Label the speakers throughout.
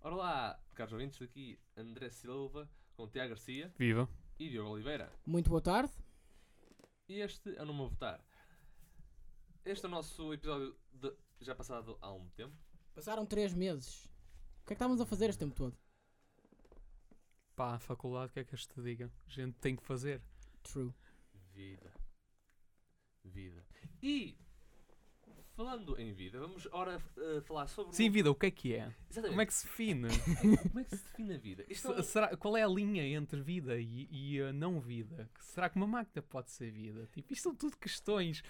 Speaker 1: Olá, caros ouvintes, aqui André Silva com Tiago Garcia
Speaker 2: Viva.
Speaker 1: e Diogo Oliveira.
Speaker 3: Muito boa tarde.
Speaker 1: E este é o Nome a Votar. Este é o nosso episódio de- já passado há um tempo.
Speaker 3: Passaram três meses. O que é que estávamos a fazer este tempo todo?
Speaker 2: Pá, a faculdade, o que é que eu te diga? A gente tem que fazer.
Speaker 3: True.
Speaker 1: Vida. Vida. E, falando em vida, vamos ora eh, falar sobre...
Speaker 2: Sim, vida, o que é que é?
Speaker 1: Exatamente.
Speaker 2: Como é que se define?
Speaker 1: Como é que se define a vida? Isto é
Speaker 2: Se-
Speaker 1: um-
Speaker 2: Será, qual é a linha entre vida e, e a não vida? Que- Será que uma máquina pode ser vida? Tipo, isto são tudo questões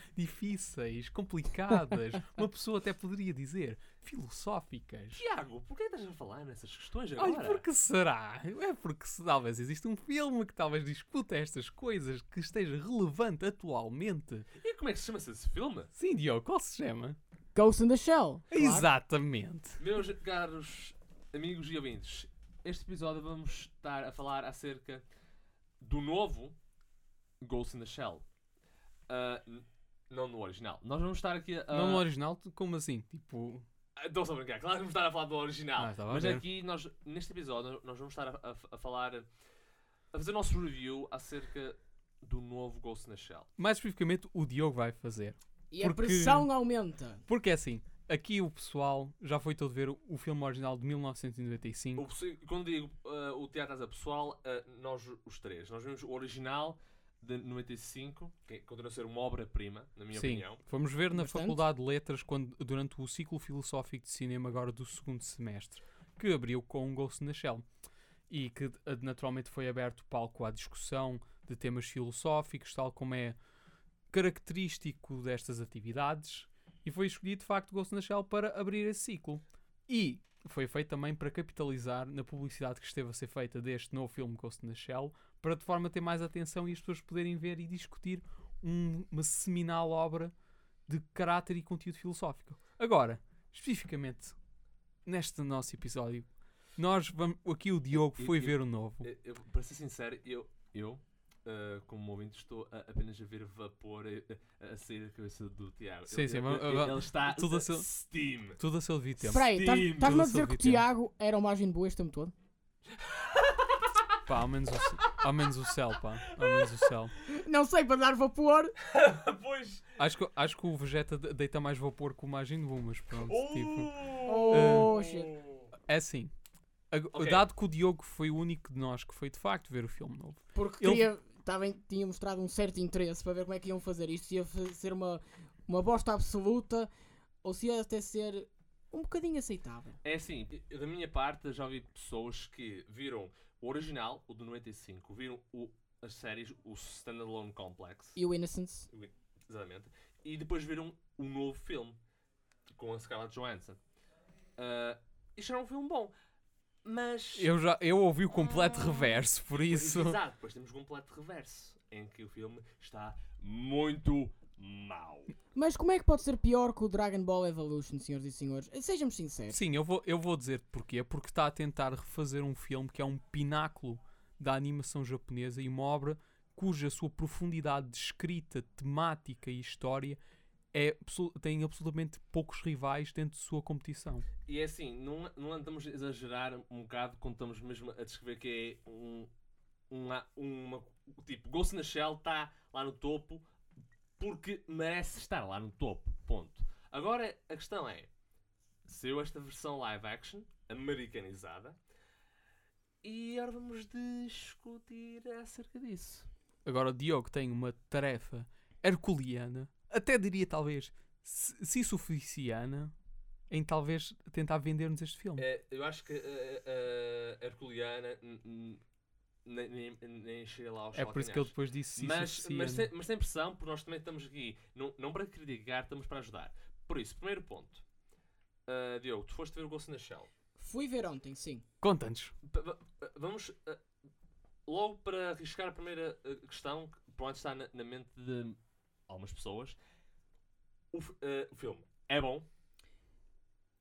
Speaker 2: difíceis, complicadas. Uma pessoa até poderia dizer filosóficas.
Speaker 1: Tiago, porquê é estás a falar nessas questões agora?
Speaker 2: Olha, porque será? É porque se talvez existe um filme que talvez discuta estas coisas que esteja relevante atualmente.
Speaker 1: E como é que se chama esse filme?
Speaker 2: Sim, Diogo, qual se chama?
Speaker 3: Ghost in the Shell. claro.
Speaker 2: Exatamente.
Speaker 1: Meus caros amigos e ouvintes, este episódio vamos estar a falar acerca do novo Ghost in the Shell. Ah, n- não no original. Nós vamos estar aqui a.
Speaker 2: Não no original, tu- como assim? Tipo,
Speaker 1: Ah, Estou só a brincar, claro que vamos estar a falar do original.
Speaker 2: Ah, estava a
Speaker 1: Mas
Speaker 2: ver.
Speaker 1: aqui, nós, neste episódio, nós vamos estar a, a- a falar. a fazer o nosso review acerca do novo Ghost in the Shell.
Speaker 2: mais especificamente, o Diogo vai fazer.
Speaker 3: E a
Speaker 2: porque-
Speaker 3: pressão aumenta.
Speaker 2: Porque é assim, aqui o pessoal já foi todo ver o, o filme original de 1995.
Speaker 1: O possi- quando digo ah, o Teatro Asa Pessoal, ah, nós os três. Nós vimos o original de 95, que é- continua a ser uma obra-prima, na minha
Speaker 2: Sim,
Speaker 1: opinião.
Speaker 2: fomos ver na
Speaker 3: Bastante.
Speaker 2: Faculdade de Letras quando, durante o ciclo filosófico de cinema agora do segundo semestre, que abriu com um Ghost in the Shell. E que eh, naturalmente foi aberto o palco à discussão de temas filosóficos, tal como é característico destas atividades. E foi escolhido, de facto, Ghost in the Shell para abrir esse ciclo. E foi feito também para capitalizar na publicidade que esteve a ser feita deste novo filme Ghost in the Shell, para de forma a ter mais atenção e as pessoas poderem ver e discutir um- uma seminal obra de caráter e conteúdo filosófico. Agora, especificamente neste nosso episódio, nós vamos. Aqui o Diogo
Speaker 1: E-
Speaker 2: foi
Speaker 1: e-
Speaker 2: ver o novo.
Speaker 1: Eh, Eu- eu, para ser sincero, eu, eu ah, como ouvinte, estou a- apenas a ver vapor a, a- a sair da cabeça do Tiago.
Speaker 2: Sim,
Speaker 1: Ele-
Speaker 2: sim,
Speaker 1: ele,
Speaker 2: vamos-
Speaker 1: ele-
Speaker 2: vamos-
Speaker 1: ele está
Speaker 2: tudo assim. a seu-
Speaker 1: steam.
Speaker 2: Tudo a seu devido tempo.
Speaker 3: Espera aí, estás-
Speaker 1: Steam,
Speaker 3: estás-me a
Speaker 2: tudo
Speaker 3: dizer que
Speaker 2: sobre
Speaker 3: o
Speaker 2: o tempo.
Speaker 3: Tiago era o margem boa este tempo todo?
Speaker 2: Pá, ao menos o, ce- ao menos o céu, pá. Ao menos o céu.
Speaker 3: Não sei, para dar vapor.
Speaker 1: Ah, pois.
Speaker 2: Acho que, acho que o Vegeta de- deita mais vapor que o Majin Buu, mas pronto. Tipo,
Speaker 3: Oh, shit.
Speaker 2: é assim. Ag-
Speaker 1: Ok.
Speaker 2: Dado que o Diogo foi o único de nós que foi de facto ver o filme novo.
Speaker 3: Porque
Speaker 2: Ele-
Speaker 3: queria, tava em- tinha mostrado um certo interesse para ver como é que iam fazer isto. Se ia fa- ser uma, uma bosta absoluta ou se ia até ser um bocadinho aceitável.
Speaker 1: É assim, eu, da minha parte já vi pessoas que viram o original, o de 95, viram o- as séries, o Standalone Complex,
Speaker 3: E o Innocence?
Speaker 1: exatamente, e depois viram o novo filme com a Scarlett Johansson. Ah, isto era um filme bom, mas.
Speaker 2: Eu, já, eu ouvi o completo reverso, por isso.
Speaker 1: um Exato, depois temos o completo reverso, em que o filme está muito mau.
Speaker 3: Mas como é que pode ser pior que o Dragon Ball Evolution, senhores e senhores? Sejamos sinceros.
Speaker 2: Sim, eu vou, eu vou dizer porquê. Porque está a tentar refazer um filme que é um pináculo da animação japonesa e uma obra cuja sua profundidade de escrita, temática e história é, absolu- tem absolutamente poucos rivais dentro de sua competição.
Speaker 1: E é assim, não, não andamos a exagerar um bocado quando estamos mesmo a descrever que é um. Uma, uma, tipo, Ghost in the Shell está lá no topo porque merece estar lá no topo. Ponto. Agora a questão é: saiu esta versão live action, americanizada, e agora vamos discutir acerca disso.
Speaker 2: Agora, o Diogo tem uma tarefa herculeana, até diria talvez sisoficiana, em talvez tentar vender-nos este filme.
Speaker 1: É, eu acho que a Herculeana n- n- nem, nem, nem chega lá aos
Speaker 2: É, por isso que eu
Speaker 1: calcanhares.
Speaker 2: depois disse
Speaker 1: mas, mas,
Speaker 2: sisoficiana.
Speaker 1: sem, mas sem pressão, porque nós também estamos aqui, não, não para criticar, estamos para ajudar. Por isso, primeiro ponto. Ah, Diogo, tu foste ver o Ghost in the Shell.
Speaker 3: Fui ver ontem, sim.
Speaker 2: Conta-nos.
Speaker 1: P- v- ah, vamos ah, logo para arriscar a primeira ah, questão, que pronto, está na, na mente de algumas pessoas. O, f- ah, o filme é bom,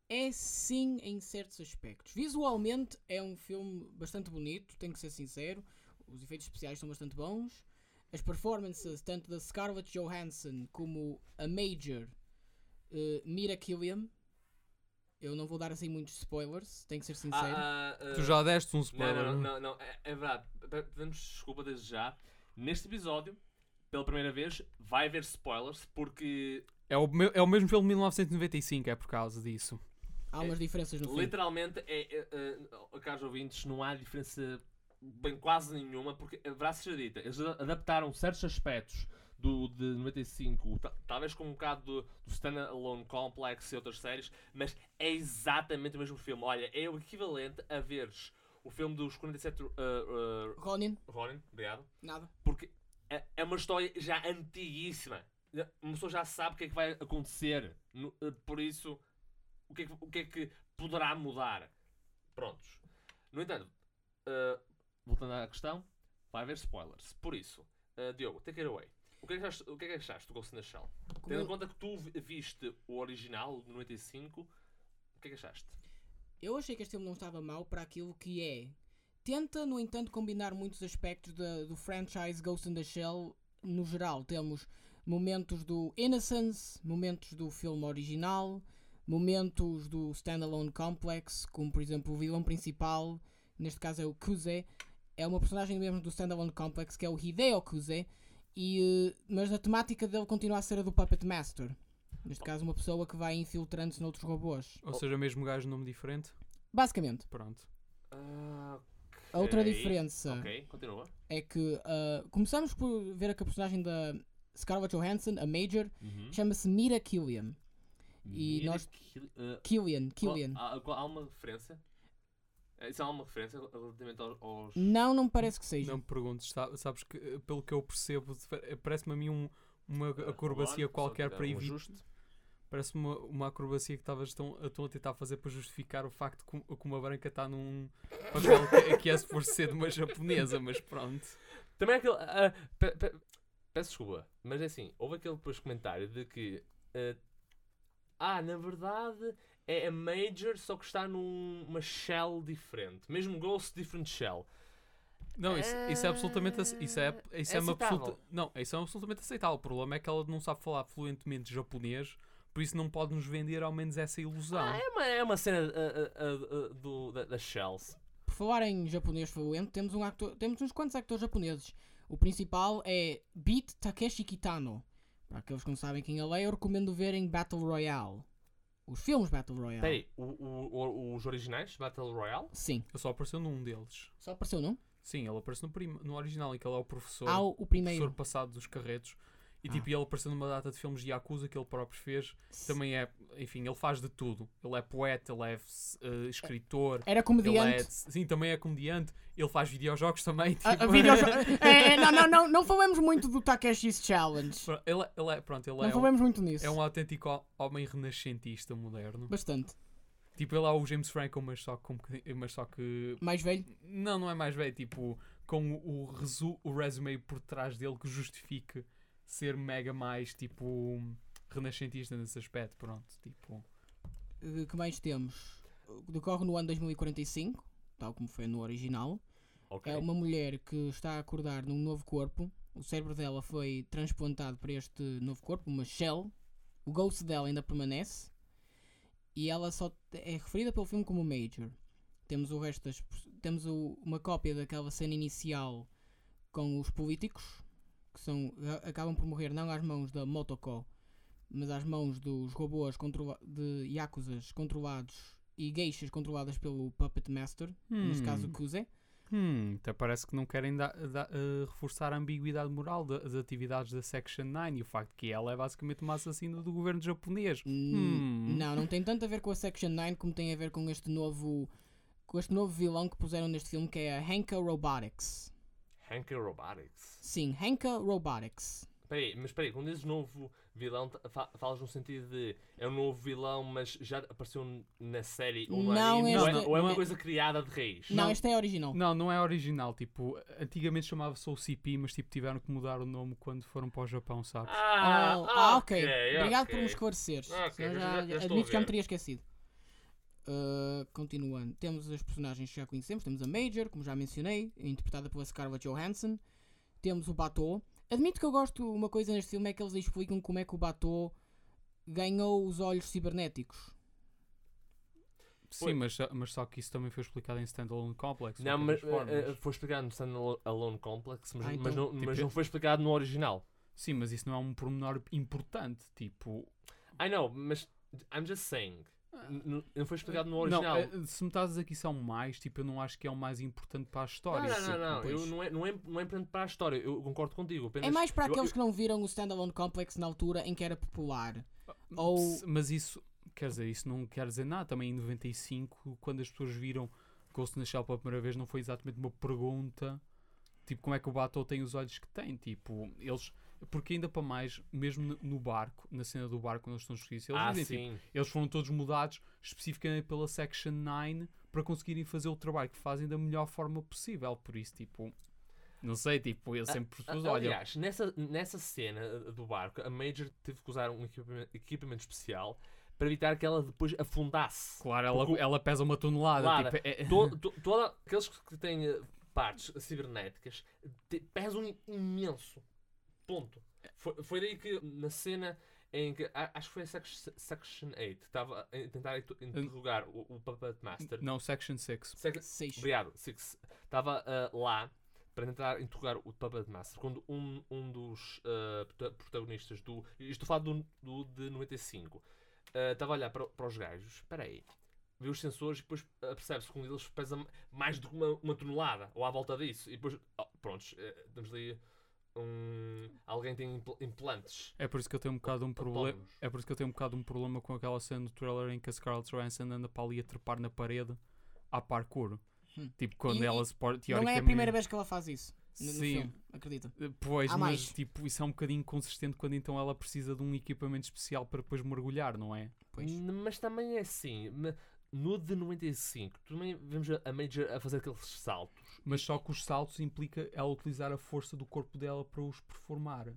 Speaker 3: É sim em certos aspectos. Visualmente é um filme bastante bonito, tenho que ser sincero. Os efeitos especiais são bastante bons. As performances, tanto da Scarlett Johansson como a Major eh, Mira Killiam. Eu não vou dar assim muitos spoilers, tenho que ser sincero.
Speaker 1: Ah, ah, ah,
Speaker 2: Tu já deste um
Speaker 1: Não,
Speaker 2: spoiler.
Speaker 1: não, não, não, não, É, é verdade. Pe- Pedimos desculpa desde já. Neste episódio, pela primeira vez, vai haver spoilers, porque
Speaker 2: É o, meu- é o mesmo filme de 1995, é por causa disso.
Speaker 3: Há umas diferenças no filme.
Speaker 1: literalmente, é, é, é, caros ouvintes, não há diferença bem quase nenhuma, porque haverá seja dita, eles a- adaptaram certos aspectos do de 95, ta- talvez com um bocado do, do Standalone Complex e outras séries, mas é exatamente o mesmo filme. Olha, é o equivalente a veres o filme dos 47 uh, uh,
Speaker 3: Ronin,
Speaker 1: Ronin, obrigado.
Speaker 3: nada.
Speaker 1: Porque é, é uma história já antiguíssima. Já- Uma pessoa já sabe o que é que vai acontecer. No- eh, Por isso, o que é que, o que, é que poderá mudar? Prontos. No entanto, eh, voltando à questão, vai haver spoilers. Por isso, eh, Diogo, take it away. O que é que achaste, o que é que achaste do Ghost in the Shell?
Speaker 3: Como
Speaker 1: Tendo
Speaker 3: eu-
Speaker 1: em conta que tu vi- viste o original, o de 95, o que é que achaste?
Speaker 3: Eu achei que este filme não estava mal para aquilo que é. Tenta, no entanto, combinar muitos aspectos da- do franchise Ghost in the Shell no geral. Temos momentos do Innocence, momentos do filme original, momentos do Standalone Complex, como por exemplo o vilão principal, neste caso é o Kuze, é uma personagem mesmo do Standalone Complex que é o Hideo Kuze, e, eh, mas a temática dele continua a ser a do Puppet Master. Neste caso, uma pessoa que vai infiltrando-se noutros robôs.
Speaker 1: Oh.
Speaker 2: Ou seja, mesmo gajo, nome diferente.
Speaker 3: Basicamente.
Speaker 2: Pronto.
Speaker 1: Ah,
Speaker 3: A outra
Speaker 1: Ok,
Speaker 3: diferença
Speaker 1: ok, continua.
Speaker 3: é que ah, começamos por ver que a personagem da Scarlett Johansson, a Major,
Speaker 1: Hum?
Speaker 3: chama-se Mira Killian. Uhum. E
Speaker 1: Mira
Speaker 3: nós-
Speaker 1: que- eh,
Speaker 3: Killian,
Speaker 1: Qual-
Speaker 3: Killian.
Speaker 1: há, qual- há uma referência? Eh, Isso há uma referência relativamente aos. aos-
Speaker 3: Não, não me parece que seja.
Speaker 2: Não me perguntes, sa- sabes que eh, pelo que eu percebo, de- parece-me a mim um- uma
Speaker 1: eh,
Speaker 2: acrobacia
Speaker 1: Ron,
Speaker 2: qualquer
Speaker 1: só
Speaker 2: para
Speaker 1: um
Speaker 2: evitar.
Speaker 1: ajuste.
Speaker 2: Parece-me uma, uma acrobacia que estavas tão, a- tão a tentar fazer para justificar o facto que, um- que uma branca está num papel que, que é se for ser de uma japonesa, mas pronto.
Speaker 1: Também é aquele. ah, pe- pe- peço desculpa, mas é assim, houve aquele depois comentário de que. eh, ah, na verdade é a Major, só que está numa shell diferente. Mesmo Ghost, different shell.
Speaker 2: Não, isso, isso é absolutamente ace- isso é, isso é,
Speaker 1: É
Speaker 2: uma
Speaker 1: aceitável.
Speaker 2: absoluta- não, isso é absolutamente aceitável. O problema é que ela não sabe falar fluentemente japonês, por isso não pode nos vender ao menos essa ilusão.
Speaker 1: Ah, é uma, é uma cena ah, ah, ah, ah, do, da, da shell.
Speaker 2: Ah.
Speaker 3: Por falar em japonês fluente, temos, um actor, temos uns quantos actores japoneses. O principal é Beat Takeshi Kitano. Para aqueles que não sabem quem ele é, eu recomendo verem Battle Royale. Os filmes Battle Royale.
Speaker 1: Peraí, o- o- o- os originais, Battle Royale?
Speaker 3: Sim.
Speaker 2: Ele só apareceu num deles.
Speaker 3: Só apareceu, não?
Speaker 2: Sim, ele aparece no, prim- no original, em que ele é o professor,
Speaker 3: Há
Speaker 2: o
Speaker 3: Ah, o, o primeiro.
Speaker 2: professor passado dos carretos. E
Speaker 3: Ah.
Speaker 2: tipo, ele apareceu numa data de filmes de Yakuza que ele próprio fez. Também é, enfim, ele faz de tudo. Ele é poeta, ele é eh, escritor,
Speaker 3: Era
Speaker 2: ele é,
Speaker 3: comediante. Ah,
Speaker 2: sim, também é comediante. Ele faz videojogos também.
Speaker 3: A, a
Speaker 2: tipo-
Speaker 3: videojo- É, é, não, não, não, não falamos muito do Takeshi's Challenge.
Speaker 2: Pro- Ele, é- ele é, pronto, ele
Speaker 3: Não
Speaker 2: é um,
Speaker 3: falamos muito nisso.
Speaker 2: é um autêntico ho- homem renascentista moderno.
Speaker 3: Bastante. tipo,
Speaker 2: Tipo, ele é o James Franco, mas só, com, que- mas só que.
Speaker 3: Mais velho.
Speaker 2: Não, não é mais velho. Tipo, com o, o resu, o resume por trás dele que justifique ser mega mais tipo renascentista nesse aspecto, pronto, tipo,
Speaker 3: Eh, que mais temos? Decorre no ano 2045, tal como foi no original.
Speaker 1: Ok.
Speaker 3: É uma mulher que está a acordar num novo corpo. O cérebro dela foi transplantado para este novo corpo, uma shell. O ghost dela ainda permanece. E ela só te- é referida pelo filme como Major. Temos o resto das, pers- temos o- uma cópia daquela cena inicial com os políticos que são a- acabam por morrer não às mãos da Motoko, mas às mãos dos robôs controla- de yakuzas controlados e geixas controladas pelo Puppet Master, neste
Speaker 2: Hum.
Speaker 3: caso o Kuze.
Speaker 2: Hum, até parece que não querem da- da- eh, reforçar a ambiguidade moral da- das atividades da Section 9 e o facto que ela é basicamente uma assassina do governo japonês.
Speaker 3: Hum,
Speaker 2: Hum.
Speaker 3: Não, não tem tanto a ver com a Section 9 como tem a ver com este novo com este novo vilão que puseram neste filme que é a Hanka Robotics.
Speaker 1: Hanker Robotics.
Speaker 3: Sim, Hanka Robotics.
Speaker 1: Peraí, mas peraí, quando dizes novo vilão, ta- fa- falas no sentido de é um novo vilão, mas já apareceu n- na série ou no
Speaker 3: Não,
Speaker 1: anime?
Speaker 2: este-
Speaker 1: ou, é, ou é uma
Speaker 3: é-
Speaker 1: coisa criada de raiz?
Speaker 3: Não,
Speaker 2: Não.
Speaker 3: este é original.
Speaker 2: Não, não é original, tipo, antigamente chamava-se OCP, mas tipo, tiveram que mudar o nome quando foram para o Japão, sabes?
Speaker 1: Ah,
Speaker 3: Oh,
Speaker 1: ah,
Speaker 3: ok. Obrigado por me
Speaker 1: ok.
Speaker 3: esclareceres.
Speaker 1: Ah, ok, já-
Speaker 3: Senão já-
Speaker 1: já estou a
Speaker 3: admito que é um já me
Speaker 1: ver.
Speaker 3: teria esquecido. Uh, continuando, temos as personagens que já conhecemos. Temos a Major, como já mencionei, interpretada pela Scarlett Johansson. Temos o Batou. Admito que eu gosto uma coisa neste filme é que eles explicam como é que o Batou ganhou os olhos cibernéticos.
Speaker 2: Sim,
Speaker 1: Foi.
Speaker 2: mas, mas só que isso também foi explicado em Standalone Complex.
Speaker 1: Não,
Speaker 2: de
Speaker 1: mas
Speaker 2: outras
Speaker 1: eh, eh,
Speaker 2: formas.
Speaker 1: foi explicado no Standalone Complex, mas,
Speaker 3: Ah,
Speaker 1: mas
Speaker 3: então.
Speaker 1: não, mas
Speaker 2: Tipo,
Speaker 1: não foi explicado no original.
Speaker 2: Sim, mas isso não é um pormenor importante, tipo...
Speaker 1: I know, mas I'm just saying.
Speaker 3: Ah.
Speaker 1: N- n- Não foi explicado no
Speaker 2: Não,
Speaker 1: original.
Speaker 2: eh, se me estás a dizer que isso é um mais, tipo, eu não acho que é o mais importante para a
Speaker 1: não,
Speaker 2: história.
Speaker 1: não,
Speaker 2: tipo,
Speaker 1: não, não.
Speaker 2: pois.
Speaker 1: Eu não, é, não, é, não é importante para a história. Eu concordo contigo. Apenas
Speaker 3: É mais para
Speaker 1: eu-
Speaker 3: aqueles que não viram o Standalone Complex na altura em que era popular. Ou-
Speaker 2: Se- Mas isso, quer dizer, isso não quer dizer nada. Também em 95, quando as pessoas viram Ghost in the Shell pela primeira vez, não foi exatamente uma pergunta. Tipo, como é que o Batou tem os olhos que tem? Tipo, eles. Porque ainda para mais, mesmo no- no barco, na cena do barco, quando eles estão nos eles,
Speaker 1: Ah,
Speaker 2: dizem, tipo,
Speaker 1: sim.
Speaker 2: eles foram todos mudados especificamente pela Section 9 para conseguirem fazer o trabalho que fazem da melhor forma possível. Por isso, tipo, não sei, tipo, eu sempre
Speaker 1: Ah,
Speaker 2: pessoas olham.
Speaker 1: Aliás, nessa, nessa cena ah, do barco, a Major teve que usar um equipamento, equipamento especial para evitar que ela depois afundasse.
Speaker 2: Claro, ela,
Speaker 1: Porque
Speaker 2: ela pesa uma tonelada.
Speaker 1: Claro.
Speaker 2: Tipo, é- é-
Speaker 1: To- to- toda, aqueles que têm ah, partes cibernéticas te- pesam imenso. Ponto. Foi, foi daí que na cena em que a- acho que foi a Sex- Section 8 estava a tentar inter- interrogar o, o Puppet Master.
Speaker 2: Não, Section 6.
Speaker 1: Sec-
Speaker 3: Seis.
Speaker 1: Obrigado, Six. Estava ah, lá para tentar interrogar o Puppet Master quando um, um dos ah, prota- protagonistas do. e Estou a falar do, do de 95. ah, Estava a olhar para, para os gajos. Espera aí. Vê os sensores e depois ah, percebe-se que um deles pesa mais de uma, uma tonelada ou à volta disso. E depois. Oh, prontos, ah, temos ali. Um, alguém tem impl- implantes.
Speaker 2: É por isso que eu tenho um bocado um
Speaker 3: Tá
Speaker 2: problema.
Speaker 1: Autónomos.
Speaker 2: É por isso que eu tenho um bocado um problema com aquela cena do trailer em que a Scarlett Johansson anda para ali a trepar na parede à parkour.
Speaker 3: Hum.
Speaker 2: Tipo, quando
Speaker 3: E-
Speaker 2: ela se pode,
Speaker 3: Não
Speaker 2: teoricamente.
Speaker 3: é a primeira vez que ela faz isso no, no
Speaker 2: Sim.
Speaker 3: filme, acredita.
Speaker 2: Pois,
Speaker 3: Há
Speaker 2: mas
Speaker 3: mais.
Speaker 2: tipo, isso é um bocadinho inconsistente quando então ela precisa de um equipamento especial para depois mergulhar, não é?
Speaker 3: Pois.
Speaker 1: N- Mas também é assim. ma- No de 95, também vemos a a Major a fazer aqueles saltos.
Speaker 2: Mas só que os saltos implica ela utilizar a força do corpo dela para os performar.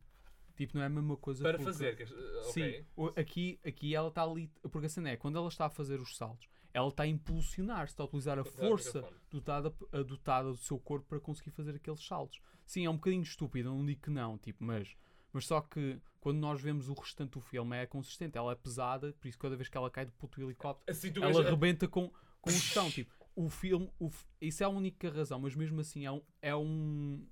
Speaker 2: Tipo, não é a mesma coisa
Speaker 1: Para
Speaker 2: porque-
Speaker 1: fazer, queres- uh, ok.
Speaker 2: Sim, o- aqui, aqui ela está ali. Porque a cena é, quando ela está a fazer os saltos, ela está a impulsionar-se, está a utilizar a
Speaker 1: Vou pegar o
Speaker 2: força
Speaker 1: microfone.
Speaker 2: dotada, a dotada do seu corpo para conseguir fazer aqueles saltos. Sim, é um bocadinho estúpido, eu não digo que não, tipo, mas, mas só que quando nós vemos o restante do filme é consistente, ela é pesada, por isso cada vez que ela cai do puto helicóptero,
Speaker 1: Assim tu
Speaker 2: ela
Speaker 1: vês-
Speaker 2: rebenta com, com o chão. Tipo, o filme, o f- isso é a única razão, mas mesmo assim é um, é um,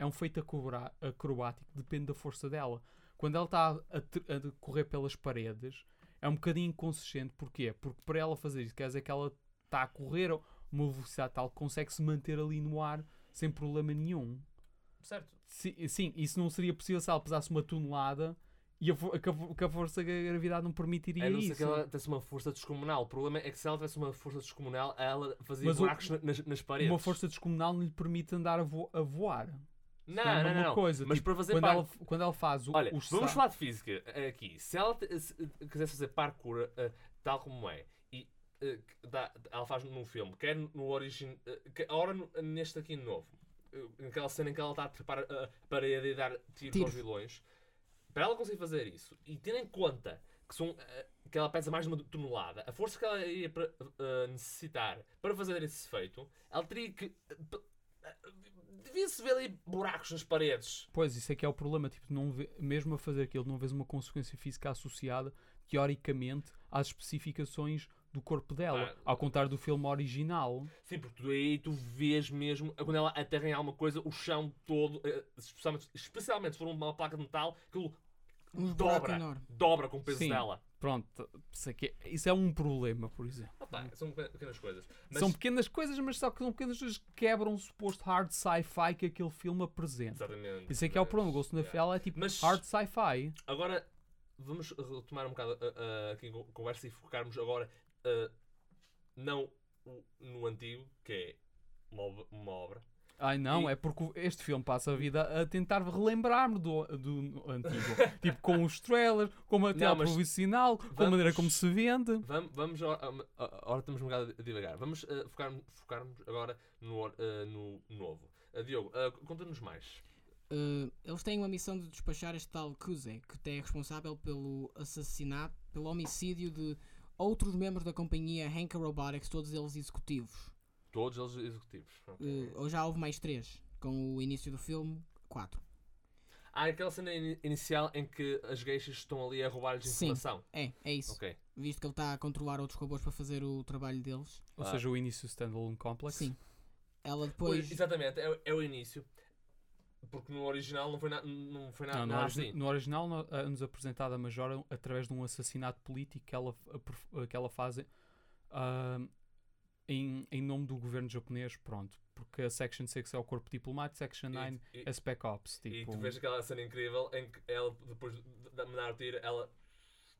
Speaker 2: é um feito acobra- acrobático, depende da força dela. Quando ela está a, tr- a correr pelas paredes, é um bocadinho inconsistente. Porquê? Porque para ela fazer isso, quer dizer que ela está a correr a uma velocidade tal que consegue se manter ali no ar sem problema nenhum.
Speaker 1: Certo.
Speaker 2: Sim, sim, isso não seria possível se ela pesasse uma tonelada e a, fo- que a fo- que a força da gravidade não permitiria
Speaker 1: A É, não ser
Speaker 2: isso.
Speaker 1: que ela tivesse uma força descomunal. O problema é que se ela tivesse uma força descomunal, ela fazia
Speaker 2: Mas o-
Speaker 1: buracos na- nas, nas paredes.
Speaker 2: Uma força descomunal não lhe permite andar a, vo- a voar.
Speaker 1: Não,
Speaker 2: é a
Speaker 1: não,
Speaker 2: mesma
Speaker 1: não. não.
Speaker 2: coisa,
Speaker 1: Mas
Speaker 2: tipo,
Speaker 1: para fazer
Speaker 2: Quando
Speaker 1: par-
Speaker 2: ela, f- quando ela faz o,
Speaker 1: Olha,
Speaker 2: os
Speaker 1: vamos
Speaker 2: sa-
Speaker 1: falar de física eh, aqui. Se ela te- se, eh, quisesse fazer parkour eh, tal como é, e eh, que dá- ela faz num filme, quer no origem, agora no- neste aqui novo, eh, naquela cena em que ela está a trepar eh, a parede e dar tiro
Speaker 3: Tiro.
Speaker 1: aos vilões, Para ela conseguir fazer isso, e tendo em conta que, são, eh, que ela pesa mais de uma tonelada, a força que ela iria pre- eh, necessitar para fazer esse feito, ela teria que. eh, pe- eh, Devia-se ver ali buracos nas paredes.
Speaker 2: Pois, isso é que é o problema. Tipo, não vê- mesmo a fazer aquilo, não vês uma consequência física associada, teoricamente, às especificações do corpo dela.
Speaker 1: Ah.
Speaker 2: ao contrário do filme original.
Speaker 1: Sim, porque tu, aí tu vês mesmo, quando ela aterra em alguma coisa, o chão todo, eh, especialmente, especialmente se for uma placa de metal, aquilo
Speaker 3: Uns
Speaker 2: Um
Speaker 3: buracos
Speaker 1: dobra,
Speaker 3: enormes.
Speaker 1: dobra com o peso
Speaker 2: Sim.
Speaker 1: dela.
Speaker 2: Pronto, isso, aqui é, isso é um problema, por exemplo.
Speaker 1: Ah pá, são pequen- pequenas coisas. Mas,
Speaker 2: São pequenas coisas, mas só que são pequenas coisas que quebram o suposto hard sci-fi que aquele filme apresenta.
Speaker 1: Exatamente.
Speaker 2: Isso é que é o problema. O
Speaker 1: mas-
Speaker 2: Ghost in the
Speaker 1: yeah.
Speaker 2: Shell é tipo
Speaker 1: Mas-
Speaker 2: hard sci-fi.
Speaker 1: Agora, vamos retomar um bocado uh, uh, aqui a con- conversa e focarmos agora uh, não o- no antigo, que é uma, ob- uma obra.
Speaker 2: Ai não,
Speaker 1: E-
Speaker 2: é porque este filme passa a vida a tentar relembrar-me do, do antigo. tipo, com os trailers, com a tela
Speaker 1: mas
Speaker 2: provisional, com a maneira como
Speaker 1: vamos-
Speaker 2: se vende.
Speaker 1: Vamos, vamos a- a- a- agora estamos um bocado devagar. Vamos uh, focar, focarmos agora no, or- uh, no novo. Uh, Diogo, uh, conta-nos mais.
Speaker 3: Uh, eles têm uma missão de despachar este tal Kuze, que é responsável pelo assassinato, pelo homicídio de outros membros da companhia Hank Robotics, todos eles executivos.
Speaker 1: Todos eles executivos. ok.
Speaker 3: Uh, ou já houve mais três, com o início do filme, quatro.
Speaker 1: Há aquela cena ini- inicial em que as geixas estão ali a roubar-lhes
Speaker 3: Sim.
Speaker 1: informação.
Speaker 3: É, é isso.
Speaker 1: Ok.
Speaker 3: Visto que ele está a controlar outros robôs para fazer o trabalho deles.
Speaker 2: Ou
Speaker 1: Ah.
Speaker 2: seja, o início do Standalone Complex.
Speaker 3: Sim. Ela
Speaker 1: Pois.
Speaker 3: depois.
Speaker 1: Exatamente, é, o- é o início. Porque no original não foi, na, não foi nada,
Speaker 2: Não, no,
Speaker 1: nada
Speaker 2: origi-
Speaker 1: assim.
Speaker 2: no original no- ah, nos apresentada a Majora através de um assassinato político que ela, f- a perf- que ela faz ah, em, em nome do governo japonês, pronto. Porque a Section 6 é o corpo diplomático, Section 9
Speaker 1: E,
Speaker 2: é Spec Ops.
Speaker 1: e-
Speaker 2: Tipo,
Speaker 1: e tu vês aquela cena incrível em que ela, depois de de- me dar o tiro, ela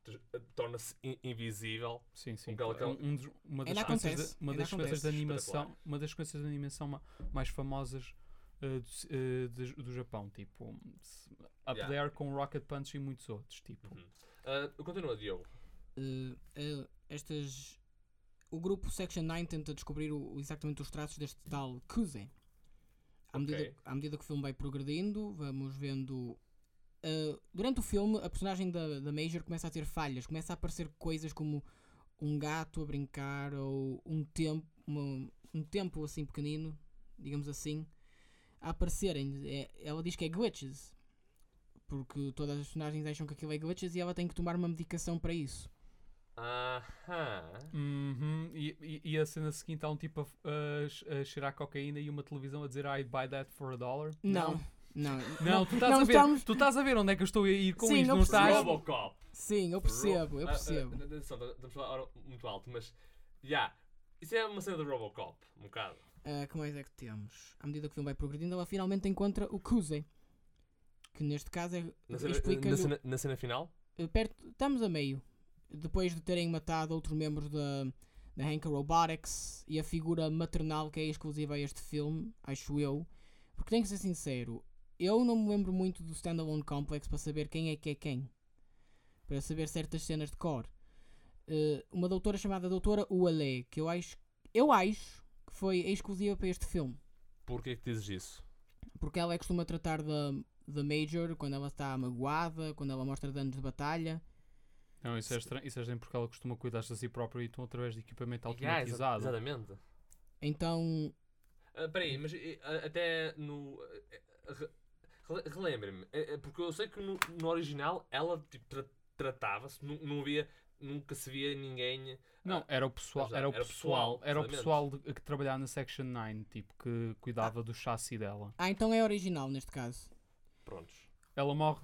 Speaker 1: t- torna-se in- invisível.
Speaker 2: Sim, sim.
Speaker 1: Um galo-
Speaker 2: Um- um dos- uma das
Speaker 3: Ainda
Speaker 2: sequências
Speaker 3: acontece,
Speaker 2: da- uma
Speaker 3: ainda
Speaker 2: das sequências de
Speaker 3: acontece.
Speaker 2: animação, uma das sequências de animação ma- mais famosas eh, do, ci- eh, des- do Japão, tipo se- Up
Speaker 1: Yeah.
Speaker 2: There com Rocket Punch e muitos outros, tipo.
Speaker 1: Uhum. Ah, continua, Diogo.
Speaker 3: Uh, uh, estas. O grupo Section 9 tenta descobrir o- o- exatamente os traços deste tal Kuze. À medida,
Speaker 1: Ok.
Speaker 3: à medida que o filme vai progredindo, vamos vendo. uh, durante o filme, a personagem da, da Major começa a ter falhas, começa a aparecer coisas como um gato a brincar ou um tempo, uma- um tempo assim pequenino, digamos assim, a aparecerem. É- ela diz que é glitches, porque todas as personagens acham que aquilo é glitches e ela tem que tomar uma medicação para isso.
Speaker 1: Aham.
Speaker 2: Uhum, E, e- e a cena seguinte há um tipo a, f- a ch- a cheirar cocaína e uma televisão a dizer I'd buy that for a dollar.
Speaker 3: Não, não.
Speaker 2: Não, tu, estás
Speaker 3: não
Speaker 2: a ver,
Speaker 3: estamos-
Speaker 2: tu estás a ver onde é que eu estou a ir com
Speaker 3: Sim,
Speaker 2: isto,
Speaker 3: não
Speaker 2: não estás?
Speaker 3: percebo.
Speaker 1: Robocop.
Speaker 3: Sim, eu percebo, eu
Speaker 1: Ah, ah,
Speaker 3: percebo.
Speaker 1: Atenção, estamos a falar ora- muito alto, mas. Yeah, isso é uma cena do Robocop, um bocado.
Speaker 3: Ah, que mais é que temos? À medida que o filme vai progredindo, ela finalmente encontra o Kuze. Que neste caso é.
Speaker 1: Na cena,
Speaker 3: explica
Speaker 1: na cena- na cena final?
Speaker 3: Eh, perto, Estamos a meio. Depois de terem matado outros membros da, da Hank Robotics e a figura maternal que é exclusiva a este filme, acho eu. Porque tenho que ser sincero, eu não me lembro muito do Standalone Complex para saber quem é que é quem. Para saber certas cenas de cor. Eh, uma doutora chamada Doutora Uale, que eu acho, eu acho que foi exclusiva para este filme
Speaker 1: Porquê é que dizes isso?
Speaker 3: porque ela é que costuma tratar da, da Major quando ela está magoada, quando ela mostra danos de batalha.
Speaker 2: Não, isso é estranho, isso é estranho porque ela costuma cuidar-se de si própria e estão através de equipamento
Speaker 1: Yeah, ah, exa-
Speaker 2: automatizado.
Speaker 1: exatamente.
Speaker 3: Então,
Speaker 1: Ah, peraí, mas eh, ah, até no. eh, eh, re- rele- Relembrem-me, eh, eh, porque eu sei que no, no original ela tipo, tra- tratava-se, nu- não havia, nunca se via ninguém.
Speaker 2: Não, era o pessoal,
Speaker 1: Exato,
Speaker 2: era o
Speaker 1: era o
Speaker 2: pessoal,
Speaker 1: pessoal,
Speaker 2: era o
Speaker 1: exatamente.
Speaker 2: pessoal de- que trabalhava na Section 9, tipo, que cuidava do chassi dela.
Speaker 3: ah, então é original neste caso.
Speaker 1: Prontos.
Speaker 2: Ela morre,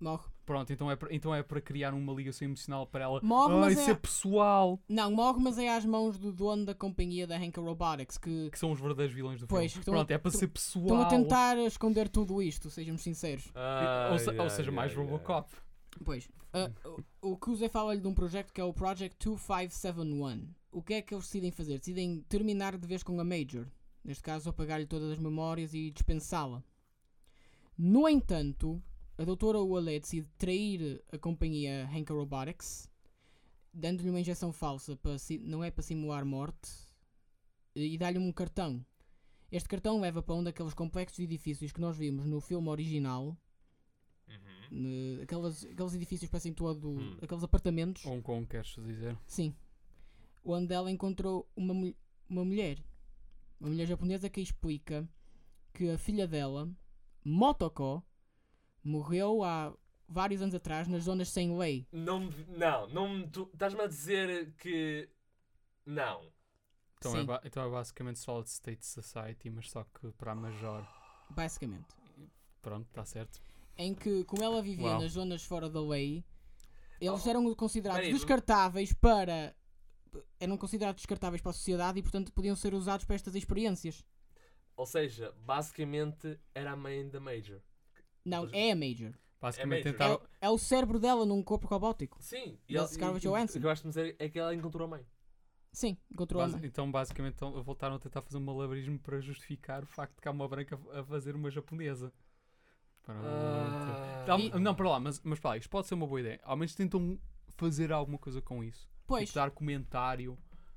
Speaker 3: Morre.
Speaker 2: pronto, então é, pra- então é para criar uma ligação emocional para ela.
Speaker 3: Morre,
Speaker 2: Ai,
Speaker 3: mas
Speaker 2: isso
Speaker 3: é-
Speaker 2: é pessoal!
Speaker 3: Não, morre, mas é às mãos do dono da companhia da Hanka Robotics que
Speaker 2: Que são os verdadeiros vilões do
Speaker 3: Pois,
Speaker 2: filme.
Speaker 3: então estão a-
Speaker 2: Pronto, é para
Speaker 3: estão-
Speaker 2: ser pessoal.
Speaker 3: estão a tentar esconder tudo isto, sejamos sinceros.
Speaker 2: E- ou, se- ou seja, mais Robocop.
Speaker 3: Pois, ah, o, o Kuze fala-lhe de um projeto que é o Project 2571. O que é que eles decidem fazer? Decidem terminar de vez com a Major. Neste caso, apagar-lhe todas as memórias e dispensá-la. No entanto, a doutora Wale decide trair a companhia Hanka Robotics, dando-lhe uma injeção falsa, para si- não é para simular morte, e dá-lhe um cartão. Este cartão leva para um daqueles complexos edifícios que nós vimos no filme original,
Speaker 1: Uhum.
Speaker 3: Ne- aquelas, aqueles edifícios parecem todo.
Speaker 1: Hum.
Speaker 3: aqueles apartamentos.
Speaker 2: Hong Kong, queres dizer?
Speaker 3: Sim. Onde ela encontrou uma, mul- uma mulher. Uma mulher japonesa que explica que a filha dela, Motoko, morreu há vários anos atrás nas zonas sem lei.
Speaker 1: Não, me- não, não me- tu estás-me a dizer que. Não.
Speaker 2: Então é,
Speaker 3: Sim.
Speaker 2: ba- então é basicamente Solid State Society, mas só que para a Major.
Speaker 3: Basicamente.
Speaker 2: Pronto, está certo.
Speaker 3: Em que, como ela vivia
Speaker 2: Uau.
Speaker 3: nas zonas fora da lei, eles
Speaker 1: Oh,
Speaker 3: eram considerados
Speaker 1: peraí, mas-
Speaker 3: descartáveis para. eram considerados descartáveis para a sociedade e, portanto, podiam ser usados para estas experiências.
Speaker 1: Ou seja, basicamente era a mãe da Major.
Speaker 3: Não,
Speaker 1: Mas-
Speaker 3: é a Major.
Speaker 2: Basicamente
Speaker 1: Major.
Speaker 3: É,
Speaker 2: tentaram.
Speaker 3: o- é o cérebro dela num corpo robótico.
Speaker 1: Sim.
Speaker 3: Da Scarlett Johansson.
Speaker 1: O que eu acho de dizer é que ela encontrou a mãe.
Speaker 3: Sim, encontrou a
Speaker 2: basi-
Speaker 3: mãe.
Speaker 2: então, basicamente, tão- voltaram a tentar fazer um malabarismo para justificar o facto de que há uma branca a fazer uma japonesa. Pronto. Dá-
Speaker 1: Ah, E-
Speaker 2: Não, para lá, mas, mas para lá, isto pode ser uma boa ideia. Ao menos tentam fazer alguma coisa com isso.
Speaker 3: Pois,
Speaker 2: tipo, dar comentário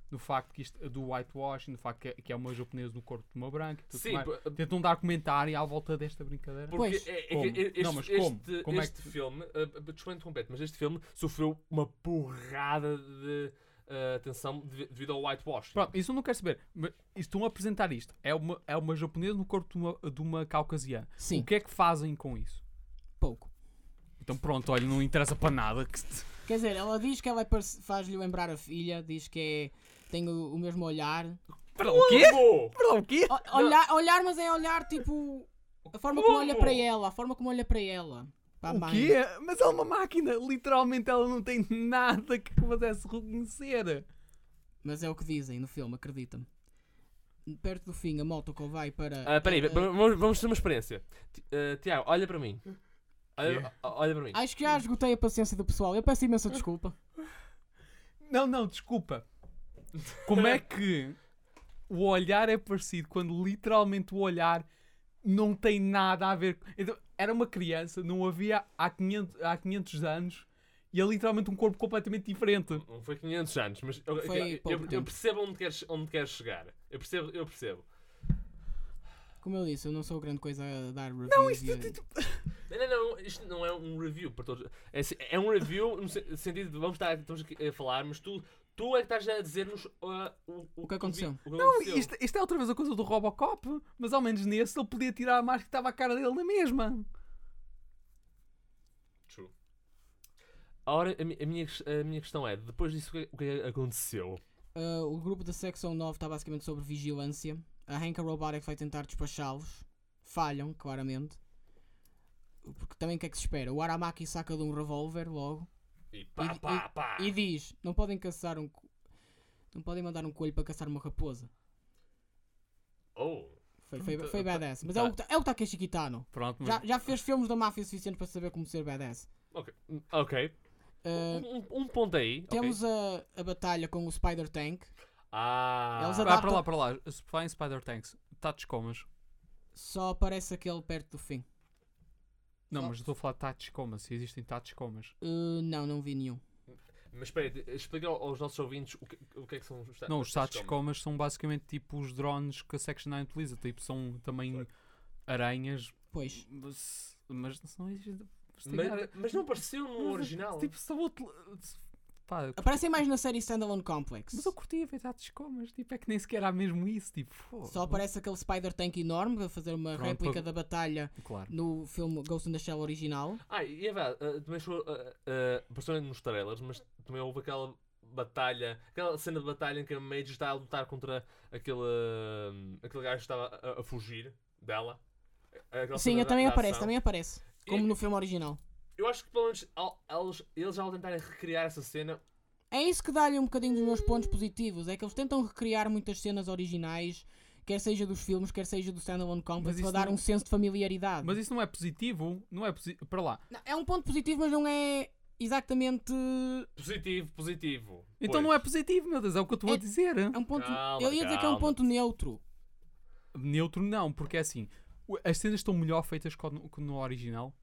Speaker 2: no facto que isto, do whitewashing, do facto que é, que é uma japonesa no corpo de uma branca. e tudo
Speaker 1: Sim,
Speaker 2: mais.
Speaker 1: p-
Speaker 2: Tentam dar comentário à volta desta brincadeira.
Speaker 1: porque
Speaker 3: Pois.
Speaker 1: é- é que
Speaker 2: Como?
Speaker 1: este,
Speaker 2: Não, mas como?
Speaker 1: este-
Speaker 2: Como é
Speaker 1: este
Speaker 2: que-
Speaker 1: filme, ah, ah, desculpa interromper, mas este filme sofreu uma porrada de ah, atenção devi- devido ao whitewash.
Speaker 2: Pronto, isso eu não quero saber. Mas estão a apresentar isto. É uma, é uma japonesa no corpo de uma, de uma caucasiana.
Speaker 3: sim,
Speaker 2: O que é que fazem com isso?
Speaker 3: pouco.
Speaker 2: Então pronto, olha, não interessa para nada. Que... se-
Speaker 3: Quer dizer, ela diz que ela é parec- faz-lhe lembrar a filha, diz que é, tem o, o mesmo olhar.
Speaker 1: Perdão, o quê?
Speaker 2: Perdão, o quê?
Speaker 3: O- olhar. Olhar, mas é olhar tipo. A forma como
Speaker 1: Como?
Speaker 3: olha para ela, a forma como olha para ela.
Speaker 1: Tá
Speaker 3: Para a
Speaker 2: O
Speaker 3: mãe.
Speaker 2: quê? Mas ela é uma máquina. Literalmente ela não tem nada que pudesse reconhecer.
Speaker 3: Mas é o que dizem no filme, acredita-me. Perto do fim, a moto que vai para.
Speaker 1: Ah, peraí,
Speaker 3: eh, eh,
Speaker 1: vamos, vamos ter uma experiência. Ti- ah, Tiago, olha para mim. Olha, olha para mim.
Speaker 3: Acho que já esgotei a paciência do pessoal. Eu peço imensa desculpa.
Speaker 2: Não, não, desculpa. Como é que o olhar é parecido quando literalmente o olhar não tem nada a ver. com- Então, era uma criança, não havia há 500, há 500 anos e é literalmente um corpo completamente diferente.
Speaker 1: Não foi 500 anos, mas eu,
Speaker 3: Foi
Speaker 1: eu- eu-
Speaker 3: pouco
Speaker 1: eu
Speaker 3: tempo.
Speaker 1: percebo onde queres, onde queres chegar. Eu percebo, eu percebo.
Speaker 3: Como eu disse, eu não sou grande coisa a dar reviews. Não, isso
Speaker 1: é tipo Não, não, não, isto não é um review para todos. É, se- é um review no se- sentido de vamos estar estamos aqui a falar, mas tu, tu é que estás a dizer-nos ah, o,
Speaker 3: O que aconteceu.
Speaker 1: o que
Speaker 2: Não,
Speaker 1: aconteceu.
Speaker 2: isto, isto é outra vez a coisa do Robocop, mas ao menos nesse ele podia tirar a máscara que estava à cara dele na mesma.
Speaker 1: True. Ora, a, mi- a minha, ques- a minha questão é: depois disso, o que, o que aconteceu?
Speaker 3: Ah, o grupo da Section 9 está basicamente sobre vigilância. A Hanka Robotic vai tentar despachá-los. Falham, claramente. Porque também o que é que se espera? O Aramaki saca de um revólver logo
Speaker 1: E pá,
Speaker 3: E-
Speaker 1: pá, pá.
Speaker 3: e diz: Não podem caçar um. co- Não podem mandar um coelho para caçar uma raposa.
Speaker 1: Oh.
Speaker 3: Foi, foi,
Speaker 2: Tá-
Speaker 3: foi
Speaker 2: tá-
Speaker 3: badass. Mas
Speaker 2: tá. Hum.
Speaker 3: é o, é o Takeshi Kitano.
Speaker 2: Pronto, mas
Speaker 3: Já, já fez filmes da máfia suficientes para saber como ser badass.
Speaker 1: Ok. ok.
Speaker 3: Ah,
Speaker 1: Um, um- um ponto aí. ok.
Speaker 3: Temos a, a batalha com o Spider Tank.
Speaker 1: Ah.
Speaker 3: Eles
Speaker 2: Vá, para
Speaker 3: adaptam-
Speaker 2: lá, para lá. Se falar em Spider Tanks, Tatos Comas.
Speaker 3: Só aparece aquele perto do fim.
Speaker 2: Não,
Speaker 3: Só-
Speaker 2: mas eu estou a falar de Tatos Comas, se existem Tatos Comas.
Speaker 3: Ah, não, não vi nenhum. tá-
Speaker 1: Mas espera, aí, explica ao- aos nossos ouvintes o que, o que é que são os ta-
Speaker 2: Não, os
Speaker 1: tatos
Speaker 2: Tatos
Speaker 1: como.
Speaker 2: Comas são basicamente tipo os drones que a Section 9 utiliza. Tipo, são também aranhas,
Speaker 3: Pois.
Speaker 2: mas, mas não é existe. mas tem nada-
Speaker 1: Mas, mas não apareceu no
Speaker 2: mas,
Speaker 1: original.
Speaker 2: Tipo, são outro. Pá, eu-
Speaker 3: Aparecem mais na série Standalone Complex.
Speaker 2: mas eu curtia ver Tatos Comas. Tipo, é que nem sequer há mesmo isso. Tipo, fogo.
Speaker 3: Só aparece aquele Spider Tank enorme a fazer uma
Speaker 2: Pronto,
Speaker 3: réplica
Speaker 2: para-
Speaker 3: da batalha
Speaker 2: Claro.
Speaker 3: no filme Ghost in the Shell original.
Speaker 1: Ah, e é verdade, ah, também chegou, ah, ah, apareceu nos trailers, mas também houve aquela batalha, aquela cena de batalha em que a Major está a lutar contra aquele, ah, aquele gajo que estava a, a fugir dela. É Aquela
Speaker 3: Sim,
Speaker 1: cena
Speaker 3: eu também
Speaker 1: da- da
Speaker 3: aparece,
Speaker 1: ação.
Speaker 3: também aparece. Como
Speaker 1: E-
Speaker 3: no filme original.
Speaker 1: Eu acho que pelo menos ao- eles, eles ao tentarem recriar essa cena,
Speaker 3: É isso que dá-lhe um bocadinho dos meus pontos positivos. É que eles tentam recriar muitas cenas originais, quer seja dos filmes, quer seja do Standalone
Speaker 2: Mas
Speaker 3: Complex,
Speaker 2: isso
Speaker 3: para dar
Speaker 2: não-
Speaker 3: um senso de familiaridade.
Speaker 2: Mas isso não é positivo? Não é positivo. Para lá.
Speaker 3: Não, é um ponto positivo, mas não é exatamente.
Speaker 1: positivo, positivo.
Speaker 2: Então não é positivo, meu Deus. É o que eu estou
Speaker 3: É-
Speaker 2: a dizer.
Speaker 3: É um ponto.
Speaker 1: Calma,
Speaker 3: eu ia dizer que é um
Speaker 1: calma.
Speaker 3: ponto neutro.
Speaker 2: Neutro não, porque é assim. o- As cenas estão melhor feitas que no- que no original.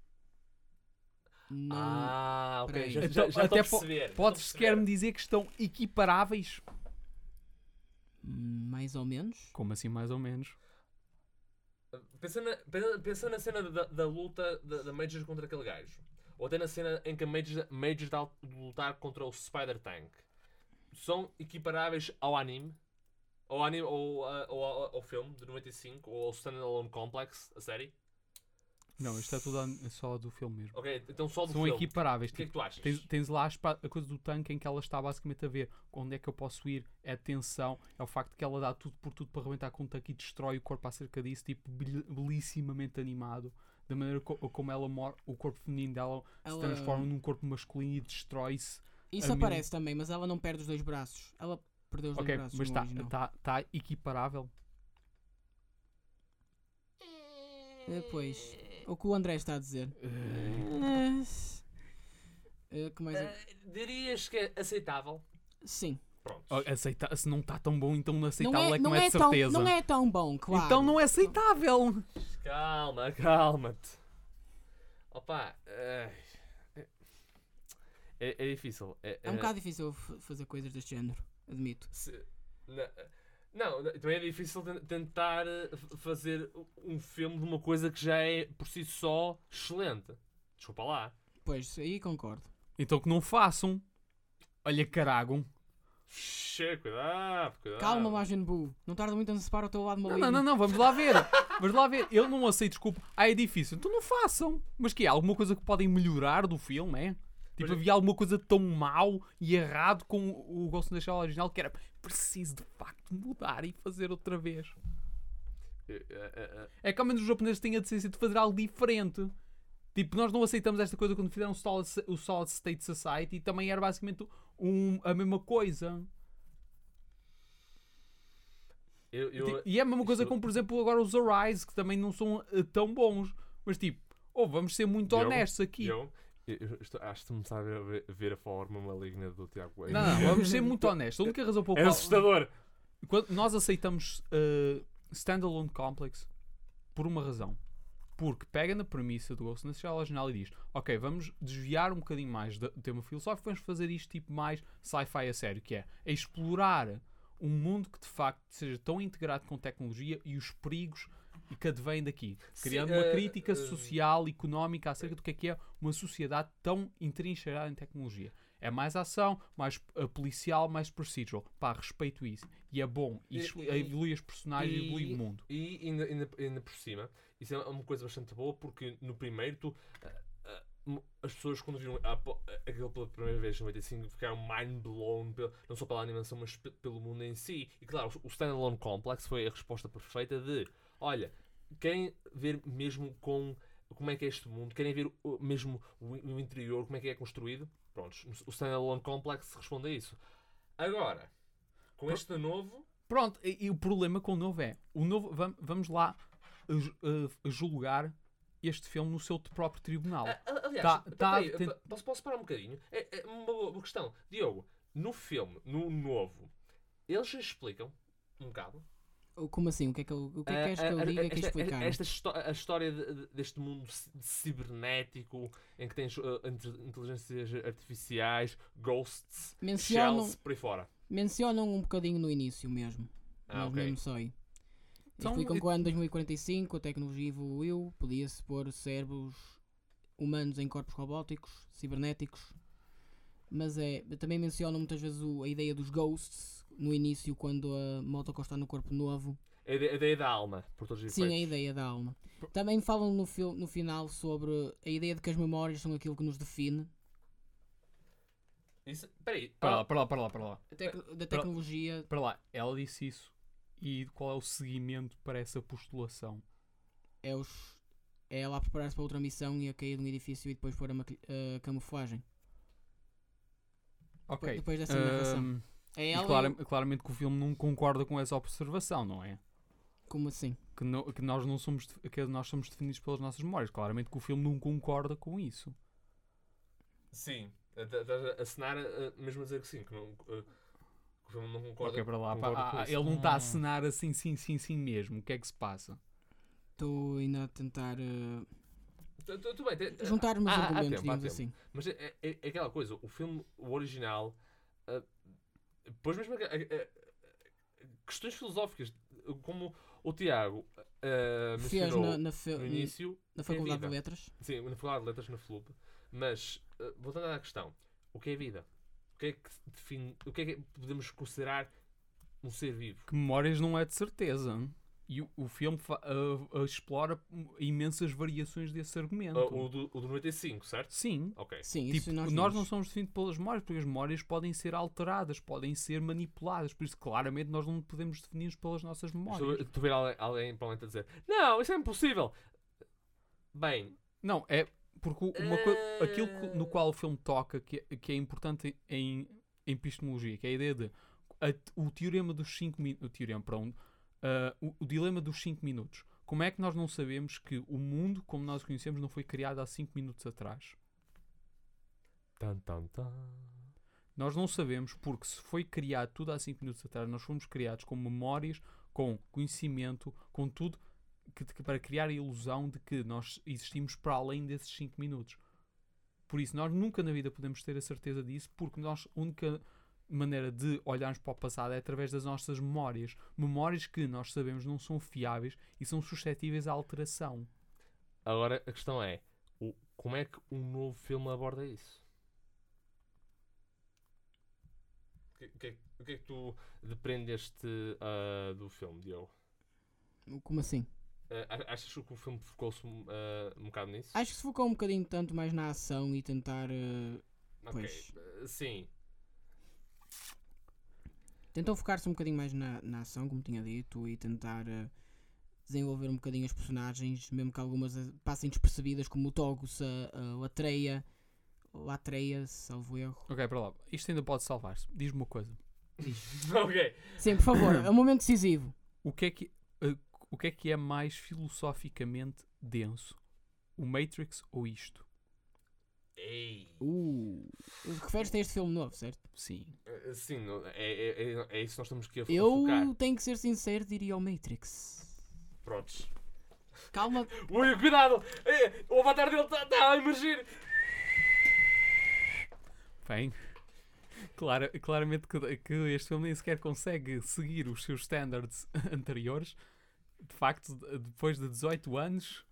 Speaker 3: Não.
Speaker 1: Ah, ok,
Speaker 3: Peraí.
Speaker 1: já,
Speaker 2: Então,
Speaker 1: já, já
Speaker 2: até
Speaker 1: até estou
Speaker 2: po-
Speaker 1: a perceber. já estou a
Speaker 2: Podes sequer me
Speaker 1: perceber.
Speaker 2: dizer que estão equiparáveis?
Speaker 3: Hum, Mais ou menos.
Speaker 2: Como assim, mais ou menos?
Speaker 1: Pensa na, pensa, pensa na cena da, da luta da, da Major contra aquele gajo. Ou até na cena em que a Major, Major está a lutar contra o Spider-Tank. São equiparáveis ao anime? Ao anime ou, ah, ou ao, ao filme de 95? Ou ao Standalone Complex, a série?
Speaker 2: Não, isto é tudo a- só do filme mesmo.
Speaker 1: Ok, então só do
Speaker 2: São
Speaker 1: filme.
Speaker 2: equiparáveis.
Speaker 1: O que é que
Speaker 2: Tipo,
Speaker 1: tu achas?
Speaker 2: tens, tens lá a, espa- a coisa do tanque em que ela está basicamente a ver onde é que eu posso ir, é a tensão, é o facto que ela dá tudo por tudo para arrebentar com o tanque e destrói o corpo acerca disso, tipo, bel- belissimamente animado. Da maneira co- como ela mor o corpo feminino dela se
Speaker 3: Ela-
Speaker 2: transforma num corpo masculino e destrói-se.
Speaker 3: Isso
Speaker 2: a mim-
Speaker 3: aparece também, mas ela não perde os dois braços. Ela perdeu os
Speaker 2: Ok,
Speaker 3: dois braços.
Speaker 2: mas
Speaker 3: no
Speaker 2: está
Speaker 3: original.
Speaker 2: tá, tá equiparável.
Speaker 3: Eh, Pois, o que o André está a dizer. Eh, que mais é-
Speaker 1: Ah, dirias que é aceitável?
Speaker 3: Sim.
Speaker 1: Pronto.
Speaker 2: Oh, aceita se não está tão bom, então não aceitável
Speaker 3: não é,
Speaker 2: é que
Speaker 3: não
Speaker 2: não é, de
Speaker 3: tão,
Speaker 2: certeza.
Speaker 3: não é tão bom, claro.
Speaker 2: Então não é aceitável.
Speaker 1: Calma, calma-te. Opa, ai. é, é difícil. É,
Speaker 2: Eh.
Speaker 3: É um bocado difícil eu f- fazer coisas deste género, admito.
Speaker 1: se- na- não, na- também é difícil ten- tentar eh, f- fazer um filme de uma coisa que já é por si só excelente. Desculpa lá.
Speaker 3: Pois, isso aí concordo.
Speaker 2: Então que não façam. Olha, carago.
Speaker 1: Che, cuidado, cuidado.
Speaker 3: Calma, Majin Buu. Não tarda muito a antecipar o teu lado
Speaker 2: Ah. Não,
Speaker 3: maligno.
Speaker 2: não, não, não, vamos lá ver. Vamos lá ver. Eu não aceito desculpa. Ah, é difícil. Então não façam. Mas que é? Alguma coisa que podem melhorar do filme, é?
Speaker 1: Mas-
Speaker 2: Tipo, havia alguma coisa tão mau e errado com o Ghost in the Shell original que era preciso de facto mudar e fazer outra vez.
Speaker 1: Eh, eh, eh,
Speaker 2: É que ao menos os japoneses têm a decência de fazer algo diferente. Tipo, nós não aceitamos esta coisa quando fizeram o Solid, o Solid State Society e também era basicamente um- a mesma coisa.
Speaker 1: eu- eu- eh,
Speaker 2: Ti- E é a mesma coisa
Speaker 1: isto-
Speaker 2: como, por exemplo, agora os Arise, que também não são eh, tão bons. Mas tipo, ou vamos ser muito
Speaker 1: Eu-
Speaker 2: honestos aqui.
Speaker 1: eu- eu estou- acho que começar a ver, ver a forma maligna do Tiago Coelho.
Speaker 2: Não, não, vamos ser muito honestos. A única razão pela
Speaker 1: É
Speaker 2: qual
Speaker 1: assustador.
Speaker 2: quando nós aceitamos eh, Standalone Complex por uma razão. Porque pega na premissa do Ghost in the Shell original e diz: Ok, vamos desviar um bocadinho mais do do tema filosófico, vamos fazer isto tipo mais sci-fi a sério, que é, é explorar um mundo que de facto seja tão integrado com tecnologia e os perigos que advêm daqui.
Speaker 1: Sim,
Speaker 2: Criando
Speaker 1: eh,
Speaker 2: uma crítica
Speaker 1: eh,
Speaker 2: social, económica acerca do que é que é uma sociedade tão intrincheirada em tecnologia. É mais ação, mais eh, policial, mais procedural. Pá, respeito isso. E é bom. E,
Speaker 1: E-
Speaker 2: es- evolui os personagens e,
Speaker 1: e-
Speaker 2: evolui o mundo.
Speaker 1: E ainda, ainda, ainda por cima, isso é uma coisa bastante boa porque no primeiro tu. ah, ah, mo- as pessoas quando viram a- po- a- aquilo pela primeira vez em 95 ficaram mind blown pel- não só pela animação mas pe- pelo mundo em si e claro o standalone complex foi a resposta perfeita de olha querem ver mesmo com como é que é este mundo querem ver o- mesmo o, in- o interior como é que é construído prontos o standalone complex responde a isso agora com este novo
Speaker 2: Pronto, e, e o problema com o novo é: o novo, vam- vamos lá eh, ju- eh, julgar este filme no seu próprio tribunal.
Speaker 1: Ah, ah, Aliás,
Speaker 2: Tá-
Speaker 1: pa-
Speaker 2: tá-
Speaker 1: peraí,
Speaker 2: tem-
Speaker 1: pa- posso, posso parar um bocadinho? É, é uma boa boa questão. Diogo, no filme, no novo, eles explicam um bocado.
Speaker 3: O- Como assim? O que é que, eu, o que, é
Speaker 2: Eh,
Speaker 3: que queres que eu
Speaker 1: Ah, ah,
Speaker 3: diga?
Speaker 1: esta-
Speaker 3: que explicar?
Speaker 1: Esta, histó- a história de- de- deste mundo ci- cibernético em que tens ah, inte- inteligências artificiais, ghosts,
Speaker 3: Mencionam-
Speaker 1: shells, por aí fora.
Speaker 3: Mencionam um bocadinho no início mesmo.
Speaker 1: Ah,
Speaker 3: mas
Speaker 1: ok.
Speaker 3: mesmo só aí.
Speaker 2: Então,
Speaker 3: Explicam
Speaker 2: e-
Speaker 3: que o ano 2045 a tecnologia evoluiu, podia-se pôr cérebros humanos em corpos robóticos, cibernéticos. Mas é, também mencionam muitas vezes o- a ideia dos ghosts no início, quando a Motoko está no corpo novo.
Speaker 1: É A ide- a ideia da alma, por todos os
Speaker 3: Sim, a
Speaker 1: efeitos.
Speaker 3: ideia da alma. Também falam no, fil- no final sobre a ideia de que as memórias são aquilo que nos define,
Speaker 1: Isso, peraí,
Speaker 2: Para
Speaker 1: ah,
Speaker 2: lá, para lá, para lá, para lá.
Speaker 3: a tec- da tecnologia.
Speaker 2: Para lá. Ela disse isso. E qual é o seguimento para essa postulação?
Speaker 3: é, os, é ela a preparar-se para outra missão e a cair de um edifício e depois pôr a, maqui- a camuflagem.
Speaker 2: Ok. Hum,
Speaker 3: Depois dessa narração.
Speaker 2: Ahm,
Speaker 3: É
Speaker 2: e
Speaker 3: ela.
Speaker 2: clara- claramente que o filme não concorda com essa observação, não é?
Speaker 3: Como assim?
Speaker 2: que, no- que nós não somos de- que nós somos definidos pelas nossas memórias. Claramente que o filme não concorda com isso.
Speaker 1: sim. Estás a assinar, ah, mesmo a dizer que sim, que não. ah, que o filme não concorda.
Speaker 2: Ok, para lá, pá.
Speaker 1: concorda com
Speaker 2: Ah, ah,
Speaker 1: isso.
Speaker 2: ele não está a cenar assim, sim, sim, sim mesmo. O que é que se passa?
Speaker 3: Estou ainda a tentar eh,
Speaker 1: Tu- tu- tu bem, te-
Speaker 3: juntar os meus
Speaker 1: Ah, há
Speaker 3: argumentos,
Speaker 1: tempo, há
Speaker 3: digamos assim.
Speaker 1: Mas é, é- é aquela coisa, o filme, o original, ah, pois mesmo aqua- a- a- a- questões filosóficas, ah, como O Tiago ah,
Speaker 3: Fez
Speaker 1: mencionou
Speaker 3: na, na, fe-
Speaker 1: no início
Speaker 3: na Faculdade de
Speaker 1: vida.
Speaker 3: Letras.
Speaker 1: Sim, na faculdade de letras no FLUB. Mas, eh, voltando à questão, o que é vida? O que é que, se define, o que, é que podemos considerar um ser vivo?
Speaker 2: Que memórias não é de certeza. E o, o filme fa- a- a- explora imensas variações desse argumento.
Speaker 1: Ah, o, do, o do 95, certo?
Speaker 2: Sim.
Speaker 1: Ok.
Speaker 3: Sim,
Speaker 2: Tipo,
Speaker 3: isso nós,
Speaker 2: nós, não
Speaker 3: vimos.
Speaker 2: somos definidos pelas memórias, porque as memórias podem ser alteradas, podem ser manipuladas, por isso claramente nós não podemos definir pelas nossas
Speaker 1: Estou,
Speaker 2: memórias.
Speaker 1: estou a ver alguém, alguém provavelmente a dizer: Não, isso é impossível! Bem,
Speaker 2: Não, é porque o- uma coi-
Speaker 1: Eh.
Speaker 2: aquilo que- no qual o filme toca, que, é- que é importante em, em epistemologia, que é a ideia de a- o teorema dos 5 minutos, o teorema, pronto, ah, o, o dilema dos 5 minutos. Como é que nós não sabemos que o mundo, como nós o conhecemos, não foi criado há 5 minutos atrás?
Speaker 1: tan, tan, tan.
Speaker 2: Nós não sabemos porque se foi criado tudo há 5 minutos atrás, nós fomos criados com memórias, com conhecimento, com tudo que, que- para criar a ilusão de que nós existimos para além desses 5 minutos. Por isso, nós nunca na vida podemos ter a certeza disso, porque nós a única maneira de olharmos para o passado é através das nossas memórias. Memórias que nós sabemos não são fiáveis e são suscetíveis à alteração.
Speaker 1: Agora a questão é: o- como é que um novo filme aborda isso? O que, o que é que- o que é que tu depreendeste ah, do filme, Diogo?
Speaker 3: Como assim?
Speaker 1: Uh, a- achas que o filme focou-se um, uh, um bocado nisso?
Speaker 3: Acho que se focou um bocadinho tanto mais na ação e tentar. eh,
Speaker 1: Ok,
Speaker 3: pois.
Speaker 1: uh, sim.
Speaker 3: tentou focar-se um bocadinho mais na, na ação, como tinha dito, e tentar eh, desenvolver um bocadinho as personagens, mesmo que algumas eh, passem despercebidas, como o Togus, a, a, o Atreia, o Atreia, salvo erro.
Speaker 2: Ok, para lá. Isto ainda pode salvar-se. Diz-me uma coisa.
Speaker 1: ok.
Speaker 3: Sim, por favor, é um momento decisivo.
Speaker 2: o que é que eh, o que é que é mais filosoficamente denso o Matrix ou isto
Speaker 1: Ei.
Speaker 3: Uh, referes-te a este filme novo, certo?
Speaker 2: sim
Speaker 1: Uh, sim, não- é, é, é- é isso que nós temos que
Speaker 3: Eu
Speaker 1: focar.
Speaker 3: tenho que ser sincero, diria o Matrix.
Speaker 1: Prontos.
Speaker 3: Calma,
Speaker 1: Ui, cuidado! É, o avatar dele está tá a emergir!
Speaker 2: bem Clara, claramente que, que este filme nem sequer consegue seguir os seus standards anteriores de facto de- depois de 18 anos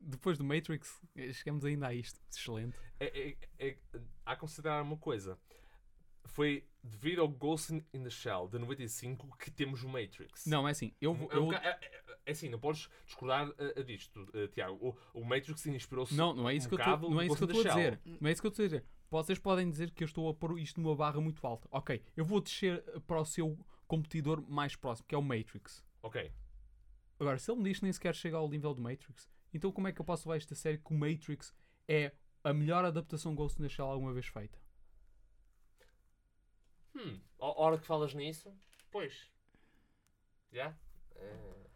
Speaker 2: depois do Matrix eh, chegamos ainda a isto excelente
Speaker 1: É, é, é, há que considerar uma coisa. Foi devido ao Ghost in the Shell de 95 que temos o Matrix.
Speaker 2: não é assim
Speaker 1: É
Speaker 2: eu,
Speaker 1: um
Speaker 2: vou- eu-
Speaker 1: boca- é- é- é assim, não podes discordar uh, uh, disto, uh, Tiago. O, o Matrix inspirou-se.
Speaker 2: Não, não é isso
Speaker 1: um
Speaker 2: que eu
Speaker 1: bocado
Speaker 2: estou não é
Speaker 1: do
Speaker 2: isso que eu
Speaker 1: Ghost in
Speaker 2: estou a
Speaker 1: the
Speaker 2: dizer. Não é isso que eu estou a dizer. Vocês podem dizer que eu estou a pôr isto numa barra muito alta. Ok, eu vou descer para o seu competidor mais próximo, que é o Matrix.
Speaker 1: Ok.
Speaker 2: Agora, se ele me diz que nem sequer chega ao nível do Matrix, então como é que eu posso levar esta série que o Matrix é a melhor adaptação Ghost in the Shell alguma vez feita?
Speaker 1: Hum, a hora que falas nisso, pois. Já? Eh,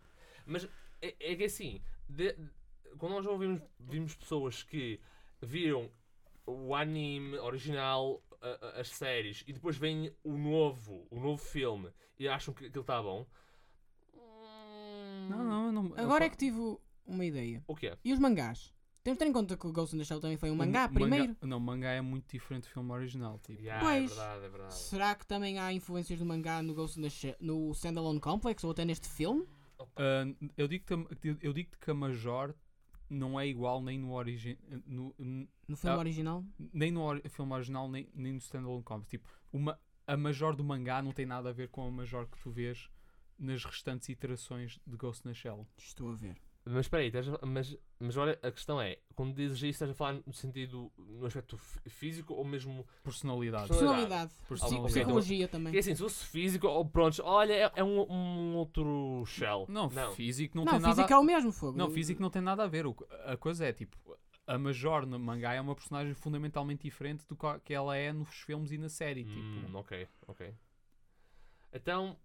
Speaker 1: mas é, é que assim, de- de- quando nós ouvimos vimos pessoas que viram o anime original, a- a- as séries, e depois vem o novo, o novo filme, e acham que aquilo está bom.
Speaker 2: Não, não, eu não.
Speaker 3: agora é
Speaker 2: opa,
Speaker 3: que tive uma ideia.
Speaker 1: O que é?
Speaker 3: E os mangás? Temos de ter em conta que o Ghost in the Shell também foi um
Speaker 2: o
Speaker 3: mangá
Speaker 2: manga-
Speaker 3: primeiro.
Speaker 2: Não, mangá é muito diferente do filme original. Tipo.
Speaker 1: é
Speaker 3: Pois.
Speaker 1: verdade, é verdade.
Speaker 3: Será que também há influências do mangá no Ghost in the Shell, no Standalone Complex ou até neste filme?
Speaker 2: Ah, eu digo-te eu digo que a Major não é igual nem no, origi no,
Speaker 3: No filme
Speaker 2: Ah.
Speaker 3: original?
Speaker 2: nem no ori- filme original, nem, nem no standalone comics. Tipo, uma, a Major do mangá não tem nada a ver com a Major que tu vês nas restantes iterações de Ghost in the Shell.
Speaker 3: Estou a ver.
Speaker 1: Mas espera aí, estás a- mas, mas olha, a questão é, quando dizes isso, estás a falar no sentido, no aspecto fí- físico ou mesmo
Speaker 2: Personalidade.
Speaker 1: Personalidade.
Speaker 3: Personalidade. Psi-
Speaker 2: Personalidade.
Speaker 3: Psicologia
Speaker 2: então,
Speaker 1: Porque
Speaker 3: também.
Speaker 1: assim, se fosse físico, oh, pronto, olha, é, é um, um outro shell.
Speaker 2: Não,
Speaker 1: não.
Speaker 2: físico não,
Speaker 3: Não,
Speaker 2: tem
Speaker 3: física
Speaker 2: nada
Speaker 3: é o mesmo fogo.
Speaker 2: Não, físico não tem nada a ver. O que- A coisa é tipo, a Major no mangá é uma personagem fundamentalmente diferente do que que ela é nos filmes e na série.
Speaker 1: Hum,
Speaker 2: Tipo.
Speaker 1: ok, ok. Então,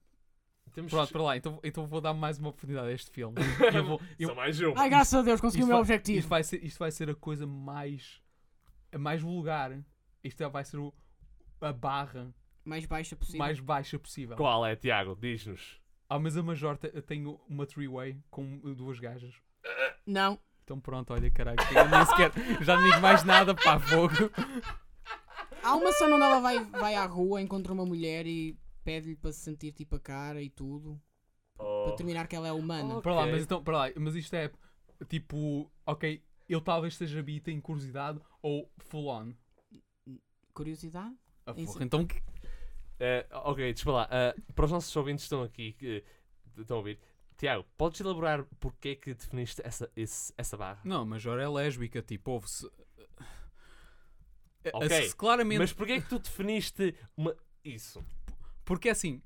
Speaker 1: temos
Speaker 2: Pronto,
Speaker 1: que-
Speaker 2: para lá, então, então vou dar mais uma oportunidade a este filme. E eu vou- Ah! eu-
Speaker 1: Só mais um.
Speaker 3: Ai, graças a Deus, consegui o
Speaker 2: Isto
Speaker 3: meu
Speaker 2: vai-
Speaker 3: objetivo.
Speaker 2: Isto vai, ser, isto vai ser a coisa mais. a mais vulgar. Isto é- vai ser o- a barra
Speaker 3: Mais baixa possível.
Speaker 2: mais baixa possível.
Speaker 1: Qual é, Tiago? Diz-nos.
Speaker 2: Ah, mas a Major te- tem uma three-way com duas gajas.
Speaker 3: Não.
Speaker 2: Então pronto, olha, caralho. eu nem sequer- já não digo mais nada, pá, fogo.
Speaker 3: Há uma cena onde ela vai, vai à rua, encontra uma mulher e pede-lhe para se sentir tipo a cara e tudo.
Speaker 1: Oh.
Speaker 3: para terminar que ela é humana.
Speaker 2: Para lá,
Speaker 1: Ok.
Speaker 2: mas então, para lá, mas isto é tipo, ok, eu talvez esteja bita em curiosidade ou full on.
Speaker 3: Curiosidade?
Speaker 2: Ah,
Speaker 3: Isso.
Speaker 2: porra, Então, que-
Speaker 1: Eh, ok, desculpa lá. Eh, para os nossos ouvintes que estão aqui, que estão a ouvir, Tiago, podes elaborar porque é que definiste essa, esse- essa barra?
Speaker 2: não, mas ora é lésbica, tipo, houve-se.
Speaker 1: Ok,
Speaker 2: Eh, se claramente.
Speaker 1: Mas porquê é que tu definiste uma... isso?
Speaker 2: Porque assim,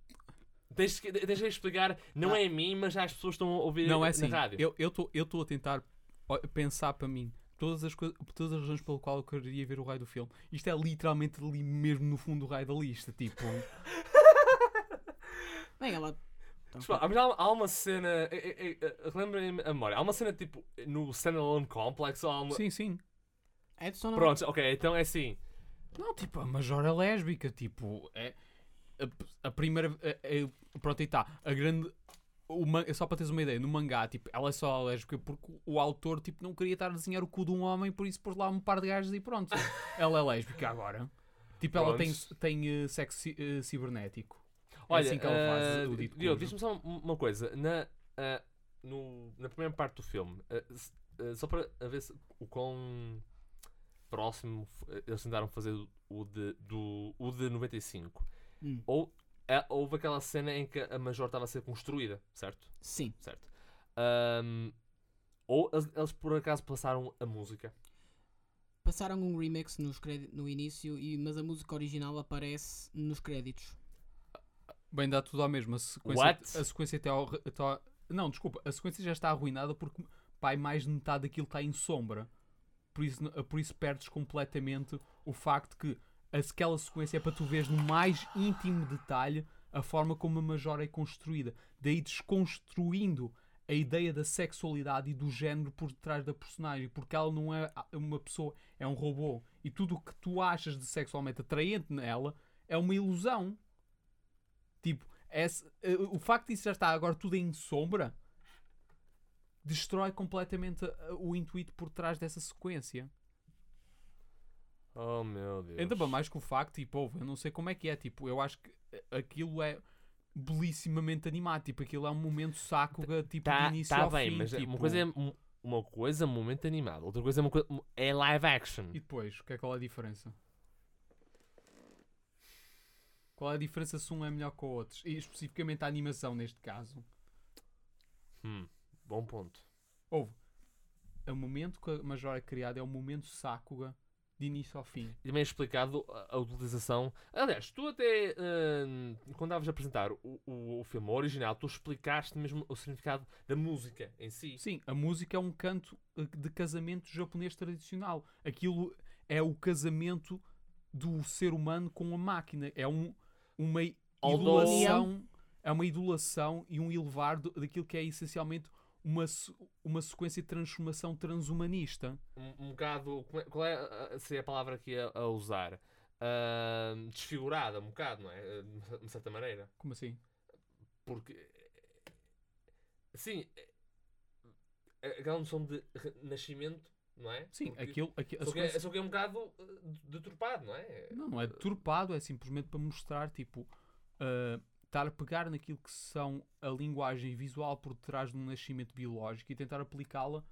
Speaker 1: Deixa, que- de- deixa eu explicar, não é a mim, mas às pessoas que estão a ouvir
Speaker 2: Ah. não é
Speaker 1: na
Speaker 2: assim.
Speaker 1: rádio.
Speaker 2: Eu estou eu tô a tentar o- pensar para mim todas as, coisas, todas as razões pelo qual eu queria ver o raio do filme. Isto é literalmente ali mesmo no fundo do raio da lista. Tipo,
Speaker 3: Bem, ela.
Speaker 1: Desculpa, mas Tipo, há, há uma cena. eh, eh, eh, Lembrem-me a memória. Há uma cena tipo no Standalone Complex ou há uma.
Speaker 2: sim, sim.
Speaker 3: Edson não-
Speaker 1: Pronto, ok, então é assim.
Speaker 2: Não, tipo, a major é lésbica, tipo, é a, a primeira. é- é- pronto, aí está. A grande. O, man- só para teres uma ideia, no mangá, tipo, ela é só lésbica porque o autor tipo, não queria estar a desenhar o cu de um homem, por isso pôs lá um par de gajos e pronto. ela é lésbica agora. Tipo, ela tem, tem eh, sexo ci- eh, cibernético.
Speaker 1: Olha,
Speaker 2: é assim que ela
Speaker 1: eh,
Speaker 2: faz o dito
Speaker 1: Diogo,
Speaker 2: cujo.
Speaker 1: diz-me só um- uma coisa. Na, ah, no- na primeira parte do filme, ah, s- ah, só para a ver se, o quão próximo f- ah, eles tentaram fazer o- o de, do, o de 95.
Speaker 3: Hum.
Speaker 1: Ou ah, houve aquela cena em que a Major estava a ser construída, certo?
Speaker 3: Sim.
Speaker 1: Certo. Ahm, ou eles, eles por acaso passaram a música.
Speaker 3: Passaram um remix nos credi- no início, e... mas a música original aparece nos créditos.
Speaker 2: Bem, dá tudo ao mesmo. A sequência,
Speaker 1: What?
Speaker 2: A sequência até ao, até ao- Não, desculpa. A sequência já está arruinada porque pai, mais de metade daquilo está em sombra. Por isso, por isso perdes completamente o facto que aquela sequência é para tu veres no mais íntimo detalhe a forma como a Majora é construída. Daí desconstruindo a ideia da sexualidade e do género por detrás da personagem, porque ela não é a- uma pessoa, é um robô. E tudo o que tu achas de sexualmente atraente nela é uma ilusão. Tipo, esse- eh, o facto disso já está agora tudo em sombra destrói completamente eh, o intuito por trás dessa sequência.
Speaker 1: Oh meu Deus.
Speaker 2: Ainda para Então, mais que o facto, tipo, ouve, eu não sei como é que é, tipo, eu acho que eh, aquilo é belíssimamente animado, tipo, aquilo é um momento Sakuga, tipo,
Speaker 1: tá,
Speaker 2: de início
Speaker 1: tá
Speaker 2: ao
Speaker 1: bem,
Speaker 2: fim,
Speaker 1: mas
Speaker 2: tipo,
Speaker 1: uma coisa é um- uma coisa momento animado, outra coisa é, uma coisa, é live action.
Speaker 2: E depois, o que é qual é a diferença? Qual é a diferença se um é melhor que o outro? E especificamente a animação, neste caso.
Speaker 1: Hum, bom ponto.
Speaker 2: Houve. O momento que a Majora é criada é o momento Sakuga de início ao fim.
Speaker 1: E bem explicado a, a utilização. Aliás, tu até hum, quando estavas a apresentar o, o, o filme original, tu explicaste mesmo o significado da música em si.
Speaker 2: Sim, a música é um canto eh, de casamento japonês tradicional. Aquilo é o casamento do ser humano com a máquina. É um, uma i-
Speaker 1: Although-
Speaker 2: idolação, é uma idolação e um elevar do- daquilo que é essencialmente uma, se- uma sequência de transformação transhumanista.
Speaker 1: Um, um bocado. como é- Qual é a- a- seria a palavra que ia a usar? Hum, desfigurada, um bocado, não é? Hum, De certa maneira.
Speaker 2: Como assim?
Speaker 1: Porque. Sim. é- é Aquela noção de renascimento, não é?
Speaker 2: Sim,
Speaker 1: Porque-
Speaker 2: aquilo, aqui- a
Speaker 1: Só que, é,
Speaker 2: sequência-
Speaker 1: só que é um bocado uh, deturpado, não é?
Speaker 2: Não, não é turpado, é simplesmente para mostrar, tipo, ah, estar a pegar naquilo que são a linguagem visual por trás de um nascimento biológico e tentar aplicá-la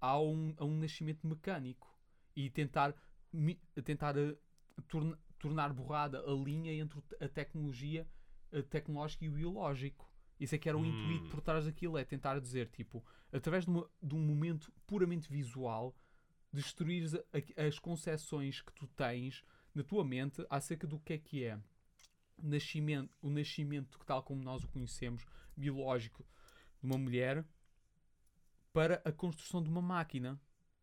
Speaker 2: a um, a um nascimento mecânico e tentar, mi- tentar ah, torna- tornar borrada a linha entre o te- a tecnologia ah, tecnológica e o biológico. Isso é que era o intuito
Speaker 1: Hum.
Speaker 2: por trás daquilo, é tentar dizer, tipo, através de, uma- de um momento puramente visual, destruir as concepções que tu tens na tua mente acerca do que é que é nascimento, o nascimento, tal como nós o conhecemos, biológico de uma mulher, para a construção de uma máquina.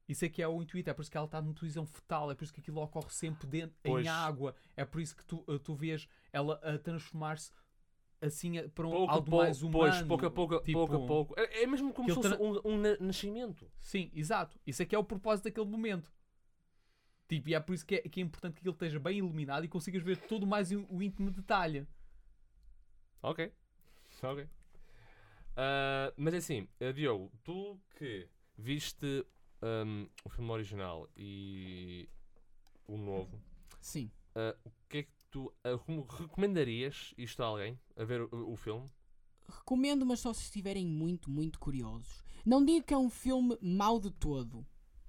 Speaker 2: Isso é que é o intuito, é por isso que ela está numa posição fetal, é por isso que aquilo ocorre sempre dentro,
Speaker 1: Pois.
Speaker 2: em água, é por isso que tu, tu vês ela a transformar-se assim a- para um,
Speaker 1: Pouco a
Speaker 2: algo mais
Speaker 1: pouco,
Speaker 2: humano.
Speaker 1: pois, pouco a pouco,
Speaker 2: tipo-
Speaker 1: pouco a pouco. É, é mesmo como se
Speaker 2: Aquele
Speaker 1: fosse um, um na- nascimento.
Speaker 2: Sim, exato. Isso é que é o propósito daquele momento. Tipo, e é por isso que é, que é importante que aquilo esteja bem iluminado e consigas ver todo mais o, o íntimo detalhe.
Speaker 1: Ok. Ok. Ah, mas é assim, eh, Diogo, tu que viste ahm, o filme original e o novo,
Speaker 3: Sim.
Speaker 1: ah, o que é que tu ah, como recomendarias isto a alguém, a ver o, o filme?
Speaker 3: Recomendo, mas só se estiverem muito, muito curiosos. Não digo que é um filme mau de todo.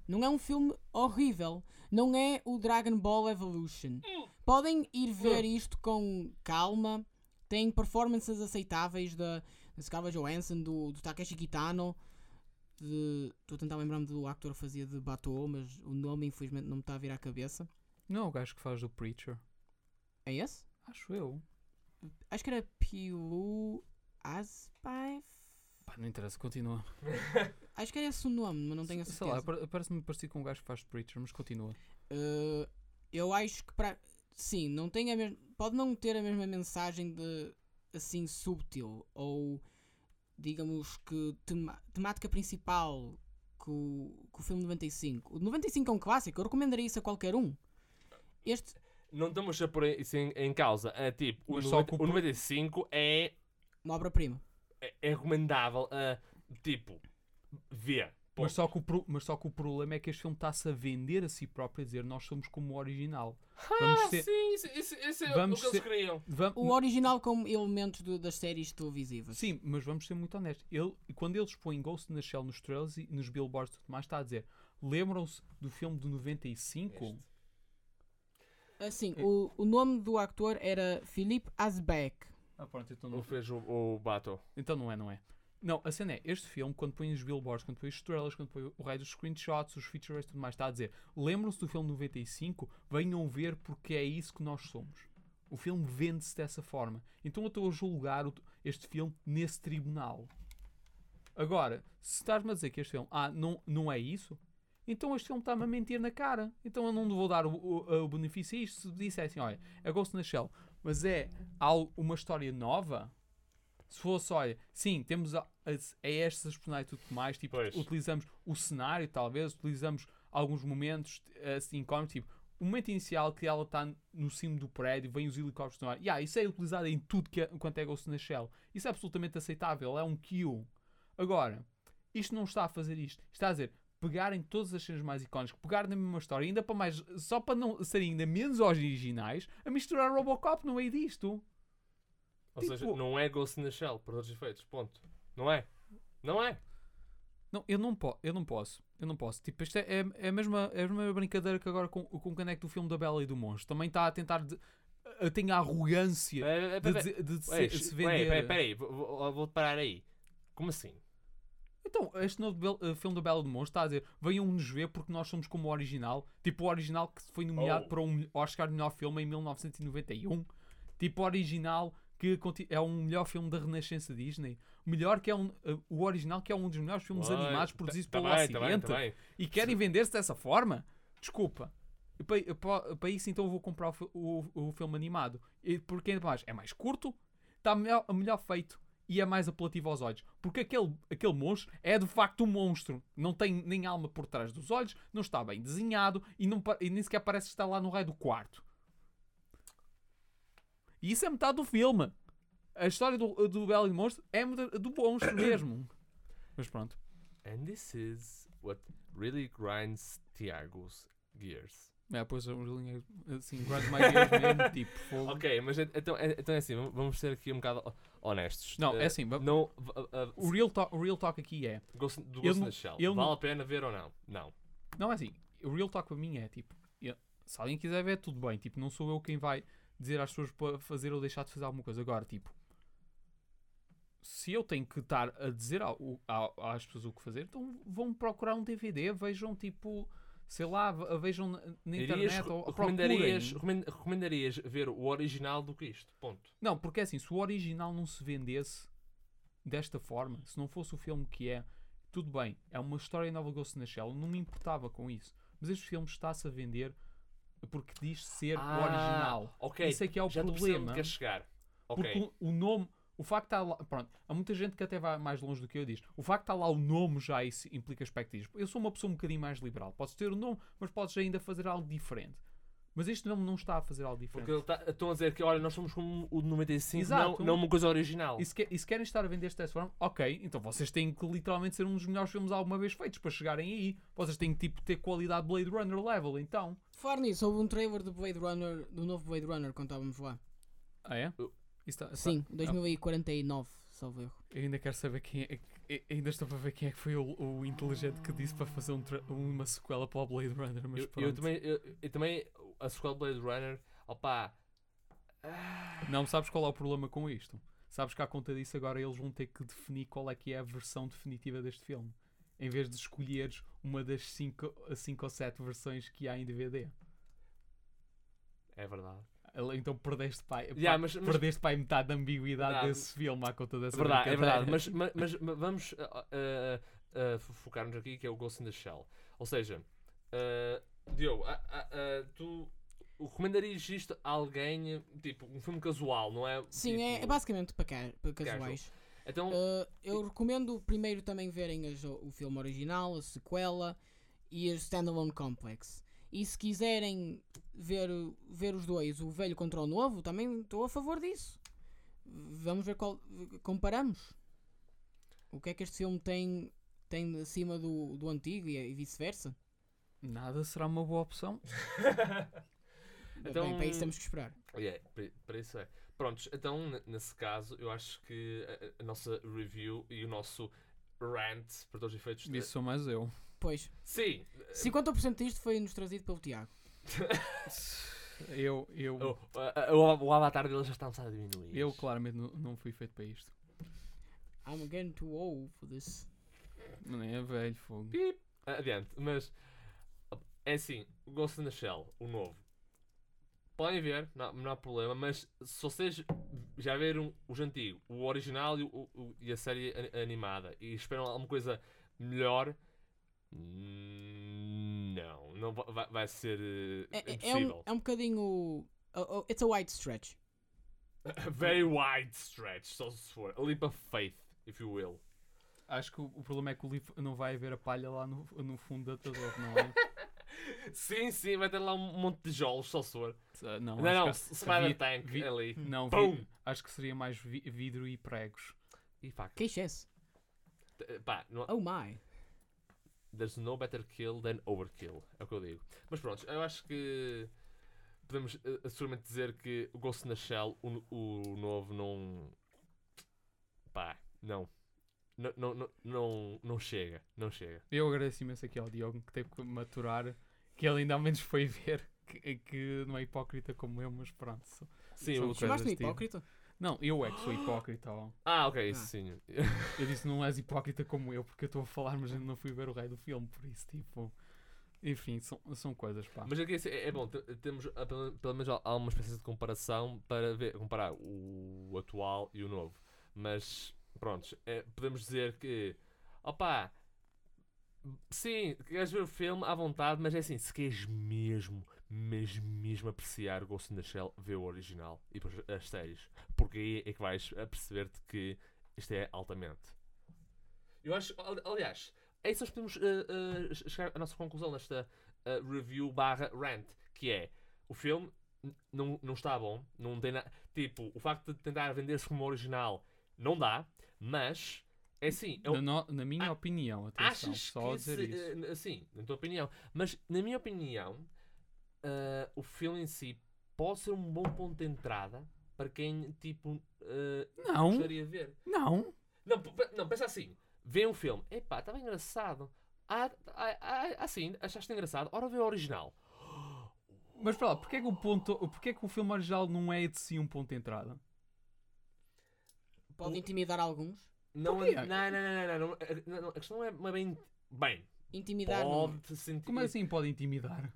Speaker 3: Não é um filme horrível. Não é o Dragon Ball Evolution. Podem ir
Speaker 2: Hum.
Speaker 3: ver isto com calma. Tem performances aceitáveis da da Scarlett Johansson, do, do Takeshi Kitano. de- Estou a tentar lembrar-me do actor que fazia de Batou, mas o nome infelizmente não me está a vir à cabeça.
Speaker 2: Não é o gajo que faz do Preacher.
Speaker 3: É esse?
Speaker 2: Acho eu.
Speaker 3: Acho que era Pilu Aspaif.
Speaker 2: Pá, não interessa, continua.
Speaker 3: Acho que era esse o nome, mas não tenho a
Speaker 2: Sei lá,
Speaker 3: certeza.
Speaker 2: par- parece-me parecido com um gajo que faz Preacher, mas continua.
Speaker 3: Eh, eu acho que para. Sim, não tem a mesma. Pode não ter a mesma mensagem de assim subtil ou digamos que tema- temática principal que o, que o filme 95. O 95 é um clássico, eu recomendaria isso a qualquer um. Este
Speaker 1: Não estamos a pôr isso em, em causa. É, tipo, o,
Speaker 2: Mas só
Speaker 1: 90
Speaker 2: que o
Speaker 1: o
Speaker 2: pro-
Speaker 1: 95 é,
Speaker 3: uma obra-prima.
Speaker 1: é, é recomendável a, tipo, ver. Ponto.
Speaker 2: Mas só, que o pro- mas só que o problema é que este filme está-se a vender a si próprio, a dizer nós somos como o original.
Speaker 1: Ah,
Speaker 2: Vamos ser-
Speaker 1: sim, isso, isso- isso é o
Speaker 2: vamos
Speaker 1: que
Speaker 2: ser-
Speaker 1: eles queriam.
Speaker 2: Vam-
Speaker 3: O original com elementos do- das séries televisivas.
Speaker 2: Sim, mas vamos ser muito honestos. Ele, quando eles põem Ghost in the Shell nos trailers e nos billboards e tudo mais, está a dizer lembram-se do filme de 95?
Speaker 1: Este.
Speaker 3: Assim, o, o nome do actor era Philippe Asbeck.
Speaker 2: Ah, pronto, então
Speaker 1: Não
Speaker 2: não,
Speaker 1: fez o, o Bato.
Speaker 2: então não é, não é. Não, a cena é, este filme, quando põe os billboards, quando põe os trailers, quando põe o raio dos screenshots, os features e tudo mais, está a dizer lembram-se do filme de 95? Venham ver porque é isso que nós somos. O filme vende-se dessa forma. Então eu estou a julgar o- este filme nesse tribunal. Agora, se estás-me a dizer que este filme ah, não, não é isso, então este filme está-me a mentir na cara. Então eu não vou dar o, o- o benefício a isto. Se dissessem, olha, é Ghost in the Shell, mas é algo, uma história nova. Se fosse, olha, sim, temos a, as- é estas personagens e tudo mais, tipo,
Speaker 1: Pois.
Speaker 2: utilizamos o cenário, talvez, utilizamos alguns momentos assim, como, tipo, o momento inicial que ela está no cimo do prédio, vêm os helicópteros no ar. Yeah, isso é utilizado em tudo que é, quanto é Ghost in the Shell. Isso é absolutamente aceitável, é um kill. Agora, isto não está a fazer isto. Está a dizer, pegarem todas as cenas mais icónicas, pegar na mesma história, ainda para mais, só para não serem ainda menos originais, a misturar Robocop no meio disto.
Speaker 1: Ou
Speaker 2: Tipo-
Speaker 1: seja, não é Ghost in the Shell, por todos os efeitos. Ponto. Não é? Não é?
Speaker 2: Não, eu não, po eu não posso. Eu não posso. Tipo, isto é, é, é a mesma, é a mesma brincadeira que agora com, com o caneco do filme da Bela e do Monstro. Também está a tentar. De, a- tem a arrogância
Speaker 1: É, é,
Speaker 2: de,
Speaker 1: pera-
Speaker 2: dizer- de se-
Speaker 1: Ué,
Speaker 2: se
Speaker 1: sh-
Speaker 2: vender.
Speaker 1: ué, pera- peraí, vou- vou vou parar aí. Como assim?
Speaker 2: Então, este novo bel- eh, filme da Bela do Monstro está a dizer: venham nos ver porque nós somos como o original. Tipo, o original que foi nomeado
Speaker 1: Oh.
Speaker 2: para um Oscar de melhor filme em 1991. Tipo, o original que conti- é um melhor filme da Renascença Disney. Melhor que é um. eh, o original que é um dos melhores filmes
Speaker 1: Ué,
Speaker 2: animados
Speaker 1: tá-
Speaker 2: produzidos
Speaker 1: tá
Speaker 2: pelo
Speaker 1: bem, tá bem,
Speaker 2: Ocidente.
Speaker 1: tá bem.
Speaker 2: E querem vender-se dessa forma? Desculpa. E pa- e pa- Para isso, então, eu vou comprar o, fi- o- o filme animado. E porque ainda mais, é mais curto, está melhor, melhor feito e é mais apelativo aos olhos. Porque aquele, aquele monstro é de facto um monstro. Não tem nem alma por trás dos olhos, não está bem desenhado e, não pa- e nem sequer parece estar lá no raio do quarto. E isso é metade do filme. A história do, do Belo e o Monstro é metade do monstro mesmo. Mas pronto.
Speaker 1: And this is what really grinds Tiago's gears.
Speaker 2: É, pois é, assim, grind my gears mesmo, tipo, fogo.
Speaker 1: Ok, mas en- então é, então é assim, vamos- vamos ser aqui um bocado ho- honestos.
Speaker 2: Não, é
Speaker 1: Eh,
Speaker 2: assim, va-
Speaker 1: Não, v- a- a-
Speaker 2: o, real talk, o real talk aqui é,
Speaker 1: Ghost, do
Speaker 2: eu
Speaker 1: Ghost in
Speaker 2: não-
Speaker 1: the Shell,
Speaker 2: eu
Speaker 1: vale
Speaker 2: não-
Speaker 1: a pena ver ou não? Não.
Speaker 2: não é assim, o real talk para mim é, tipo, eu- se alguém quiser ver, tudo bem, tipo, não sou eu quem vai dizer às pessoas para fazer ou deixar de fazer alguma coisa. Agora, tipo, se eu tenho que estar a dizer ao, ao- às pessoas o que fazer, então vão procurar um DVD, vejam, tipo, sei lá, ve- vejam na, na
Speaker 1: Irias,
Speaker 2: internet, ou ou
Speaker 1: recomendarias,
Speaker 2: procurem.
Speaker 1: recomen- recomendarias ver o original do que isto, ponto.
Speaker 2: Não, porque é assim, se o original não se vendesse desta forma, se não fosse o filme que é, tudo bem, é uma história nova de Ghost in the Shell, não me importava com isso. Mas este filme está-se a vender porque diz ser
Speaker 1: Ah,
Speaker 2: o original.
Speaker 1: ok,
Speaker 2: Isso é que é o
Speaker 1: já estou a perceber onde
Speaker 2: problema.
Speaker 1: queres chegar. Ok,
Speaker 2: Porque um- o, o nome, o facto está lá, pronto, há muita gente que até vai mais longe do que eu diz. O facto está lá o nome já isso implica expectativas. Eu sou uma pessoa um bocadinho mais liberal. Podes ter o nome, mas podes ainda fazer algo diferente. Mas este nome não está a fazer algo diferente.
Speaker 1: porque ele tá- estão a dizer que, olha, nós somos como o de 95,
Speaker 2: Exato.
Speaker 1: Não, não uma coisa original.
Speaker 2: E se, que- e se querem estar a vender desta forma, ok, então vocês têm que literalmente ser um dos melhores filmes alguma vez feitos para chegarem aí. Vocês têm que tipo ter qualidade Blade Runner level, então.
Speaker 3: Falar nisso, houve um trailer do Blade Runner, do novo Blade Runner quando estávamos lá.
Speaker 2: Ah, é?
Speaker 3: um
Speaker 1: Eu-
Speaker 2: Isso tá-
Speaker 3: Sim, 2049, salvo erro.
Speaker 2: Eu ainda quero saber quem é. eu Ainda estou para ver quem é que foi o, o inteligente que disse para fazer um tra- uma sequela para o Blade Runner, mas
Speaker 1: eu,
Speaker 2: pronto.
Speaker 1: eu também, eu, eu também, a sequela de Blade Runner, opá. ah,
Speaker 2: Não sabes qual é o problema com isto. Sabes que à conta disso agora eles vão ter que definir qual é que é a versão definitiva deste filme. Em vez de escolheres uma das 5 ou 7 versões que há em DVD.
Speaker 1: É verdade.
Speaker 2: Ele- Então perdeste pai,
Speaker 1: Yeah, mas- mas-
Speaker 2: perdeste pai metade da ambiguidade
Speaker 1: Verdade.
Speaker 2: desse filme à conta
Speaker 1: É
Speaker 2: dessa
Speaker 1: verdade, é
Speaker 2: brincadeira.
Speaker 1: verdade. Mas, mas, mas- mas vamos ah, ah, ah, fo- focar-nos aqui, que é o Ghost in the Shell. Ou seja, ah, Diogo, ah, ah, ah, tu recomendarias isto a alguém, tipo, um filme casual, não é?
Speaker 3: Sim, é, é
Speaker 1: Tipo,
Speaker 3: basicamente para, ca- para casuais.
Speaker 1: Então,
Speaker 3: Uh, eu recomendo primeiro também verem as- o filme original, a sequela e a Standalone Complex. E se quiserem ver, ver os dois, o velho contra o novo, também estou a favor disso. Vamos ver qual. Comparamos. O que é que este filme tem, tem acima do, do antigo e, e vice-versa?
Speaker 2: Nada será uma boa opção.
Speaker 1: Então-
Speaker 3: Bem, para isso temos que esperar.
Speaker 1: Yeah, para- para isso é. Prontos, então n- nesse caso eu acho que a- a, a nossa review e o nosso rant, para todos os efeitos. de-
Speaker 2: Isso sou é mais eu.
Speaker 3: Pois,
Speaker 1: Sim!
Speaker 3: 50% disto foi-nos trazido pelo Tiago.
Speaker 2: Eu, eu,
Speaker 1: O, a- a- o avatar dele já está a começar a diminuir.
Speaker 2: eu claramente não, não fui feito para isto.
Speaker 3: I'm getting too old for this.
Speaker 2: Nem é velho, fogo.
Speaker 1: Pip. Adiante, mas é assim: Ghost in the Shell, o novo. Podem ver, não, não há problema, mas se vocês já viram os antigos, o original e, o- o- e a série a- animada, e esperam alguma coisa melhor, hum, não, não va- vai, vai ser eh,
Speaker 3: É, é- é um,
Speaker 1: impossível.
Speaker 3: é um bocadinho. oh, oh, it's a wide stretch.
Speaker 1: Very wide stretch, só se for. A leap of faith, if you will.
Speaker 2: Acho que o, o problema é que o livro não vai haver a palha lá no, no fundo da Tador, não é?
Speaker 1: Sim, sim, vai ter lá um monte de tijolos, só se for.
Speaker 2: Se- é? Não,
Speaker 1: Não,
Speaker 2: acho
Speaker 1: não,
Speaker 2: que-
Speaker 1: Spider
Speaker 2: vi-
Speaker 1: Tank
Speaker 2: vi-
Speaker 1: ali.
Speaker 2: Não, vi-
Speaker 1: Pum!
Speaker 2: acho que seria mais vi- vidro e pregos.
Speaker 1: E facas.
Speaker 3: Que excesso.
Speaker 1: T- Eh, Pá, não-
Speaker 3: Oh my.
Speaker 1: there's no better kill than overkill. É o que eu digo. Mas pronto, eu acho que podemos eh, seguramente dizer que o Ghost in the Shell, o, no- o novo, não. Pá, não. Não, não, não, não, não chega. Não chega.
Speaker 2: Eu agradeço imenso aqui ao Diogo que teve que maturar, que ele ainda ao menos foi ver, que, que não é hipócrita como eu, mas pronto. sou-
Speaker 1: Sim,
Speaker 2: São
Speaker 1: o-
Speaker 2: coisas
Speaker 3: Chamaste-me
Speaker 2: tipo.
Speaker 3: hipócrita?
Speaker 2: Não, eu é que sou hipócrita. ó.
Speaker 1: Ah, ok,
Speaker 3: Ah.
Speaker 1: isso sim.
Speaker 2: Eu disse não é és hipócrita como eu, porque eu estou a falar, mas ainda não fui ver o rei do filme, por isso, tipo. Enfim, são, são coisas, pá.
Speaker 1: Mas aqui é, é bom, te- temos ah, pelo pelo menos há há uma espécie de comparação para ver, comparar o atual e o novo. Mas pronto, é, podemos dizer que opá, sim, queres ver o filme à vontade, mas é assim, se queres mesmo, mesmo, mesmo apreciar Ghost in the Shell, vê o original e depois as séries, porque aí é que vais a perceber-te que isto é altamente. Eu acho, ali- aliás, é isso que nós podemos ah, ah, chegar à nossa conclusão nesta uh, review barra rant, que é o filme n- não, não está bom, não tem nada. Tipo, o facto de tentar vender-se como original não dá, mas é assim, é
Speaker 2: na,
Speaker 1: um-
Speaker 2: no- na minha
Speaker 1: Ah,
Speaker 2: opinião, atenção,
Speaker 1: achas
Speaker 2: só a
Speaker 1: que
Speaker 2: dizer
Speaker 1: se,
Speaker 2: isso.
Speaker 1: eh, n- sim, na tua opinião, mas na minha opinião, ah, o filme em si pode ser um bom ponto de entrada para quem tipo ah,
Speaker 2: Não.
Speaker 1: gostaria de ver.
Speaker 2: Não!
Speaker 1: Não, p- p- não, pensa assim. Vê um filme. Epá, estava engraçado. Ah, ah, ah, assim, achaste engraçado. Ora vê o original.
Speaker 2: Mas para lá, porque é que o ponto. Porque é que o filme original não é de si um ponto de entrada?
Speaker 3: Pode
Speaker 1: O-
Speaker 3: intimidar alguns.
Speaker 1: Não,
Speaker 2: Porquê?
Speaker 1: não, não, não, não, não, não, não, não, A questão não é uma bem. Bem,
Speaker 3: Intimidar não.
Speaker 1: pode sentir
Speaker 2: Como assim pode intimidar?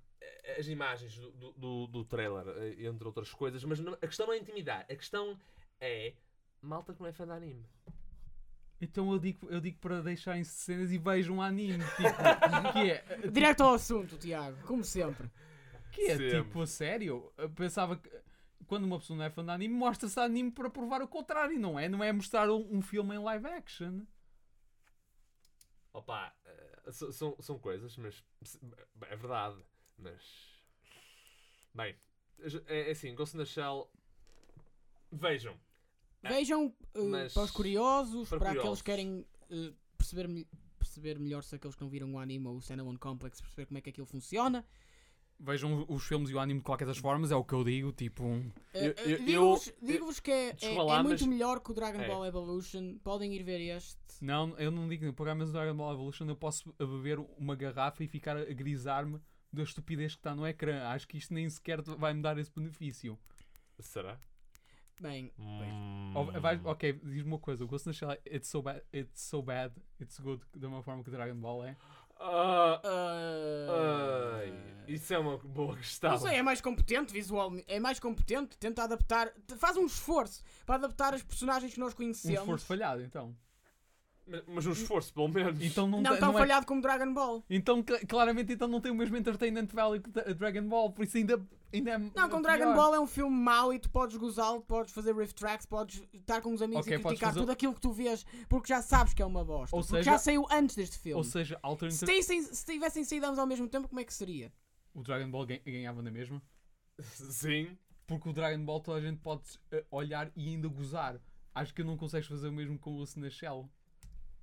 Speaker 1: as imagens do, do- do, do trailer, eh, entre outras coisas, mas não- a questão não é intimidar, a questão é malta que não é fã de anime.
Speaker 2: Então eu digo, eu digo para deixarem cenas e vejam um anime. Tipo, que é,
Speaker 3: Direto ao assunto, Tiago, como sempre.
Speaker 2: que é
Speaker 1: Sempre.
Speaker 2: tipo, a sério? Eu pensava que quando uma pessoa não é fã de anime, mostra-se anime para provar o contrário, não é? Não é mostrar um, um filme em live action.
Speaker 1: Opa, eh, so- são, são coisas, mas se- é verdade. Mas. Bem, é, é assim, Ghost in the Shell. Vejam, Ah,
Speaker 3: Vejam eh,
Speaker 1: mas-
Speaker 3: para os curiosos,
Speaker 1: para
Speaker 3: para,
Speaker 1: curiosos.
Speaker 3: aqueles que querem eh, perceber, mel- perceber melhor se aqueles que não viram o anime ou o Standalone Complex, perceber como é que aquilo funciona.
Speaker 2: Vejam os filmes e o anime de qualquer das formas, é o que eu digo. Tipo, um- Eu- eu- eu-
Speaker 3: Eh, Digo-vos digo-vos que é, é-
Speaker 1: Desculpa
Speaker 3: é
Speaker 1: lá,
Speaker 3: muito
Speaker 1: mas-
Speaker 3: melhor que o Dragon
Speaker 1: É.
Speaker 3: Ball Evolution. Podem ir ver este.
Speaker 2: não, eu não digo por acaso Dragon Ball Evolution. Eu posso beber uma garrafa e ficar a grisar-me da estupidez que está no ecrã. Acho que isto nem sequer vai me dar esse benefício.
Speaker 1: Será?
Speaker 3: Bem,
Speaker 2: Ou
Speaker 1: Hum.
Speaker 2: vai- ok, diz-me uma coisa: o Ghost in the Shell é it's so, bad, it's so bad, it's good, da mesma forma que Dragon Ball é.
Speaker 1: Ah,
Speaker 3: ah,
Speaker 1: ai, isso é uma boa questão.
Speaker 3: Não sei, é mais competente visualmente. É mais competente, tenta adaptar. te- Faz um esforço para adaptar as personagens que nós
Speaker 2: Um
Speaker 3: conhecemos.
Speaker 2: esforço falhado, então.
Speaker 1: Mas- Mas um esforço, pelo menos.
Speaker 2: Então não,
Speaker 3: Não
Speaker 2: tem-
Speaker 3: tão
Speaker 2: não é-
Speaker 3: falhado como Dragon Ball.
Speaker 2: Então, cl- claramente, então não tem o mesmo entertainment value que da- Dragon Ball, por isso ainda, ainda é.
Speaker 3: Não, com Dragon Ball é um filme mau e tu podes gozá-lo, podes fazer riff tracks, podes estar com os amigos
Speaker 2: Ok,
Speaker 3: e
Speaker 2: podes
Speaker 3: criticar
Speaker 2: fazer-
Speaker 3: tudo aquilo que tu vês porque já sabes que é uma bosta.
Speaker 2: Ou
Speaker 3: porque
Speaker 2: seja-
Speaker 3: já saiu antes deste filme.
Speaker 2: Ou seja, então-
Speaker 3: se,
Speaker 2: alternative...
Speaker 3: tivessem, se tivessem saído ambos ao mesmo tempo, como é que seria?
Speaker 2: o Dragon Ball gan- ganhava na mesma.
Speaker 1: Sim.
Speaker 2: Porque o Dragon Ball toda a gente pode eh, olhar e ainda gozar. Acho que não consegues fazer o mesmo com o Ghost in the Shell.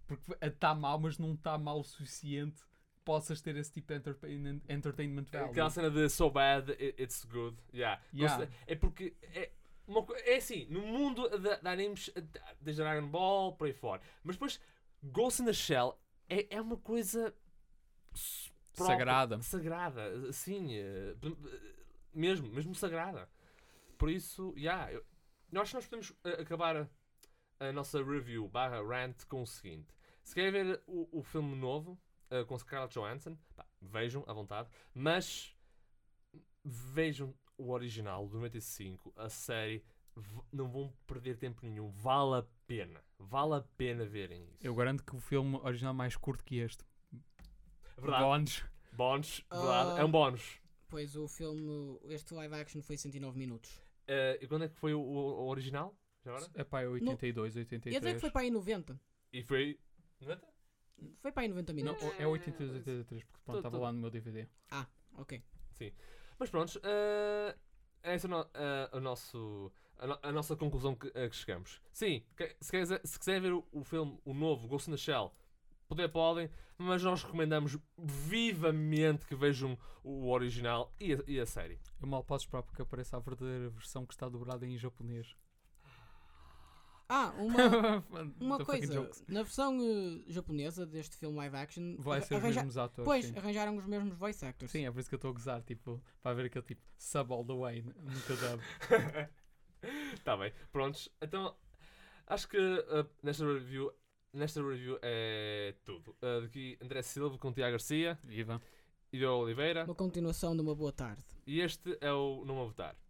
Speaker 2: Porque está mal, mas não está mal o suficiente que possas ter esse tipo de entertainment, entertainment value.
Speaker 1: Aquela cena de so bad, i- it's good. Yeah.
Speaker 2: Yeah.
Speaker 1: Gosto- É porque. É, uma co- é assim, no mundo da da animes, da- da Dragon Ball, por aí fora. Mas depois, Ghost in the Shell é, é uma coisa. s- própria-
Speaker 2: Sagrada.
Speaker 1: Sagrada, sim. eh, p- eh, Mesmo, mesmo sagrada. Por isso, yeah, eu, eu acho que nós podemos eh, acabar a, a nossa review barra rant com o seguinte. Se querem ver o, o filme novo eh, com Scarlett Johansson, pá, vejam à vontade, mas vejam o original do 95, a série, v- não vão perder tempo nenhum, vale a pena, vale a pena verem isso.
Speaker 2: Eu garanto que o filme original é mais curto que este.
Speaker 1: É Verdade,
Speaker 2: Bones.
Speaker 1: bónus,
Speaker 3: Ah.
Speaker 1: verdade, é um bónus.
Speaker 3: Pois o filme, este live action foi 109 minutos.
Speaker 1: Eh, e quando é que foi o, o- o original? Já agora?
Speaker 2: É pá, é 82,
Speaker 3: Eu diria
Speaker 2: 83.
Speaker 3: que foi para aí 90.
Speaker 1: E foi 90?
Speaker 3: Foi para aí 90
Speaker 2: Não,
Speaker 3: minutos.
Speaker 2: é 82, 83, porque pronto,
Speaker 1: Tô- tô-
Speaker 2: estava lá no meu DVD.
Speaker 3: Ok.
Speaker 1: Mas pronto, eh, essa é o no- eh, o nosso, a, no- a nossa conclusão que, a que chegamos. Sim, que- se quiserem se quiserem ver o, o filme, o novo, Ghost in the Shell, poder podem, mas nós recomendamos vivamente que vejam o original e a, e a série.
Speaker 2: Eu mal posso esperar porque apareça a verdadeira versão que está dobrada em japonês.
Speaker 3: Ah, uma,
Speaker 2: The
Speaker 3: uma
Speaker 2: Então fucking
Speaker 3: coisa.
Speaker 2: jokes.
Speaker 3: Na versão eh, japonesa deste filme live action,
Speaker 2: Vai ser os
Speaker 3: arranja-
Speaker 2: mesmos atores.
Speaker 3: pois,
Speaker 2: sim.
Speaker 3: arranjaram os mesmos voice actors.
Speaker 2: Sim, é por isso que eu estou a gozar, tipo, para ver aquele tipo sub all the way, n- nunca dub.
Speaker 1: Tá bem, prontos. Então, acho que eh, nesta review. Nesta review é tudo. Eh, daqui André Silva com Tiago Garcia
Speaker 2: Viva.
Speaker 1: e Oliveira.
Speaker 3: Uma continuação de uma boa tarde.
Speaker 1: E este é o Não A Votar.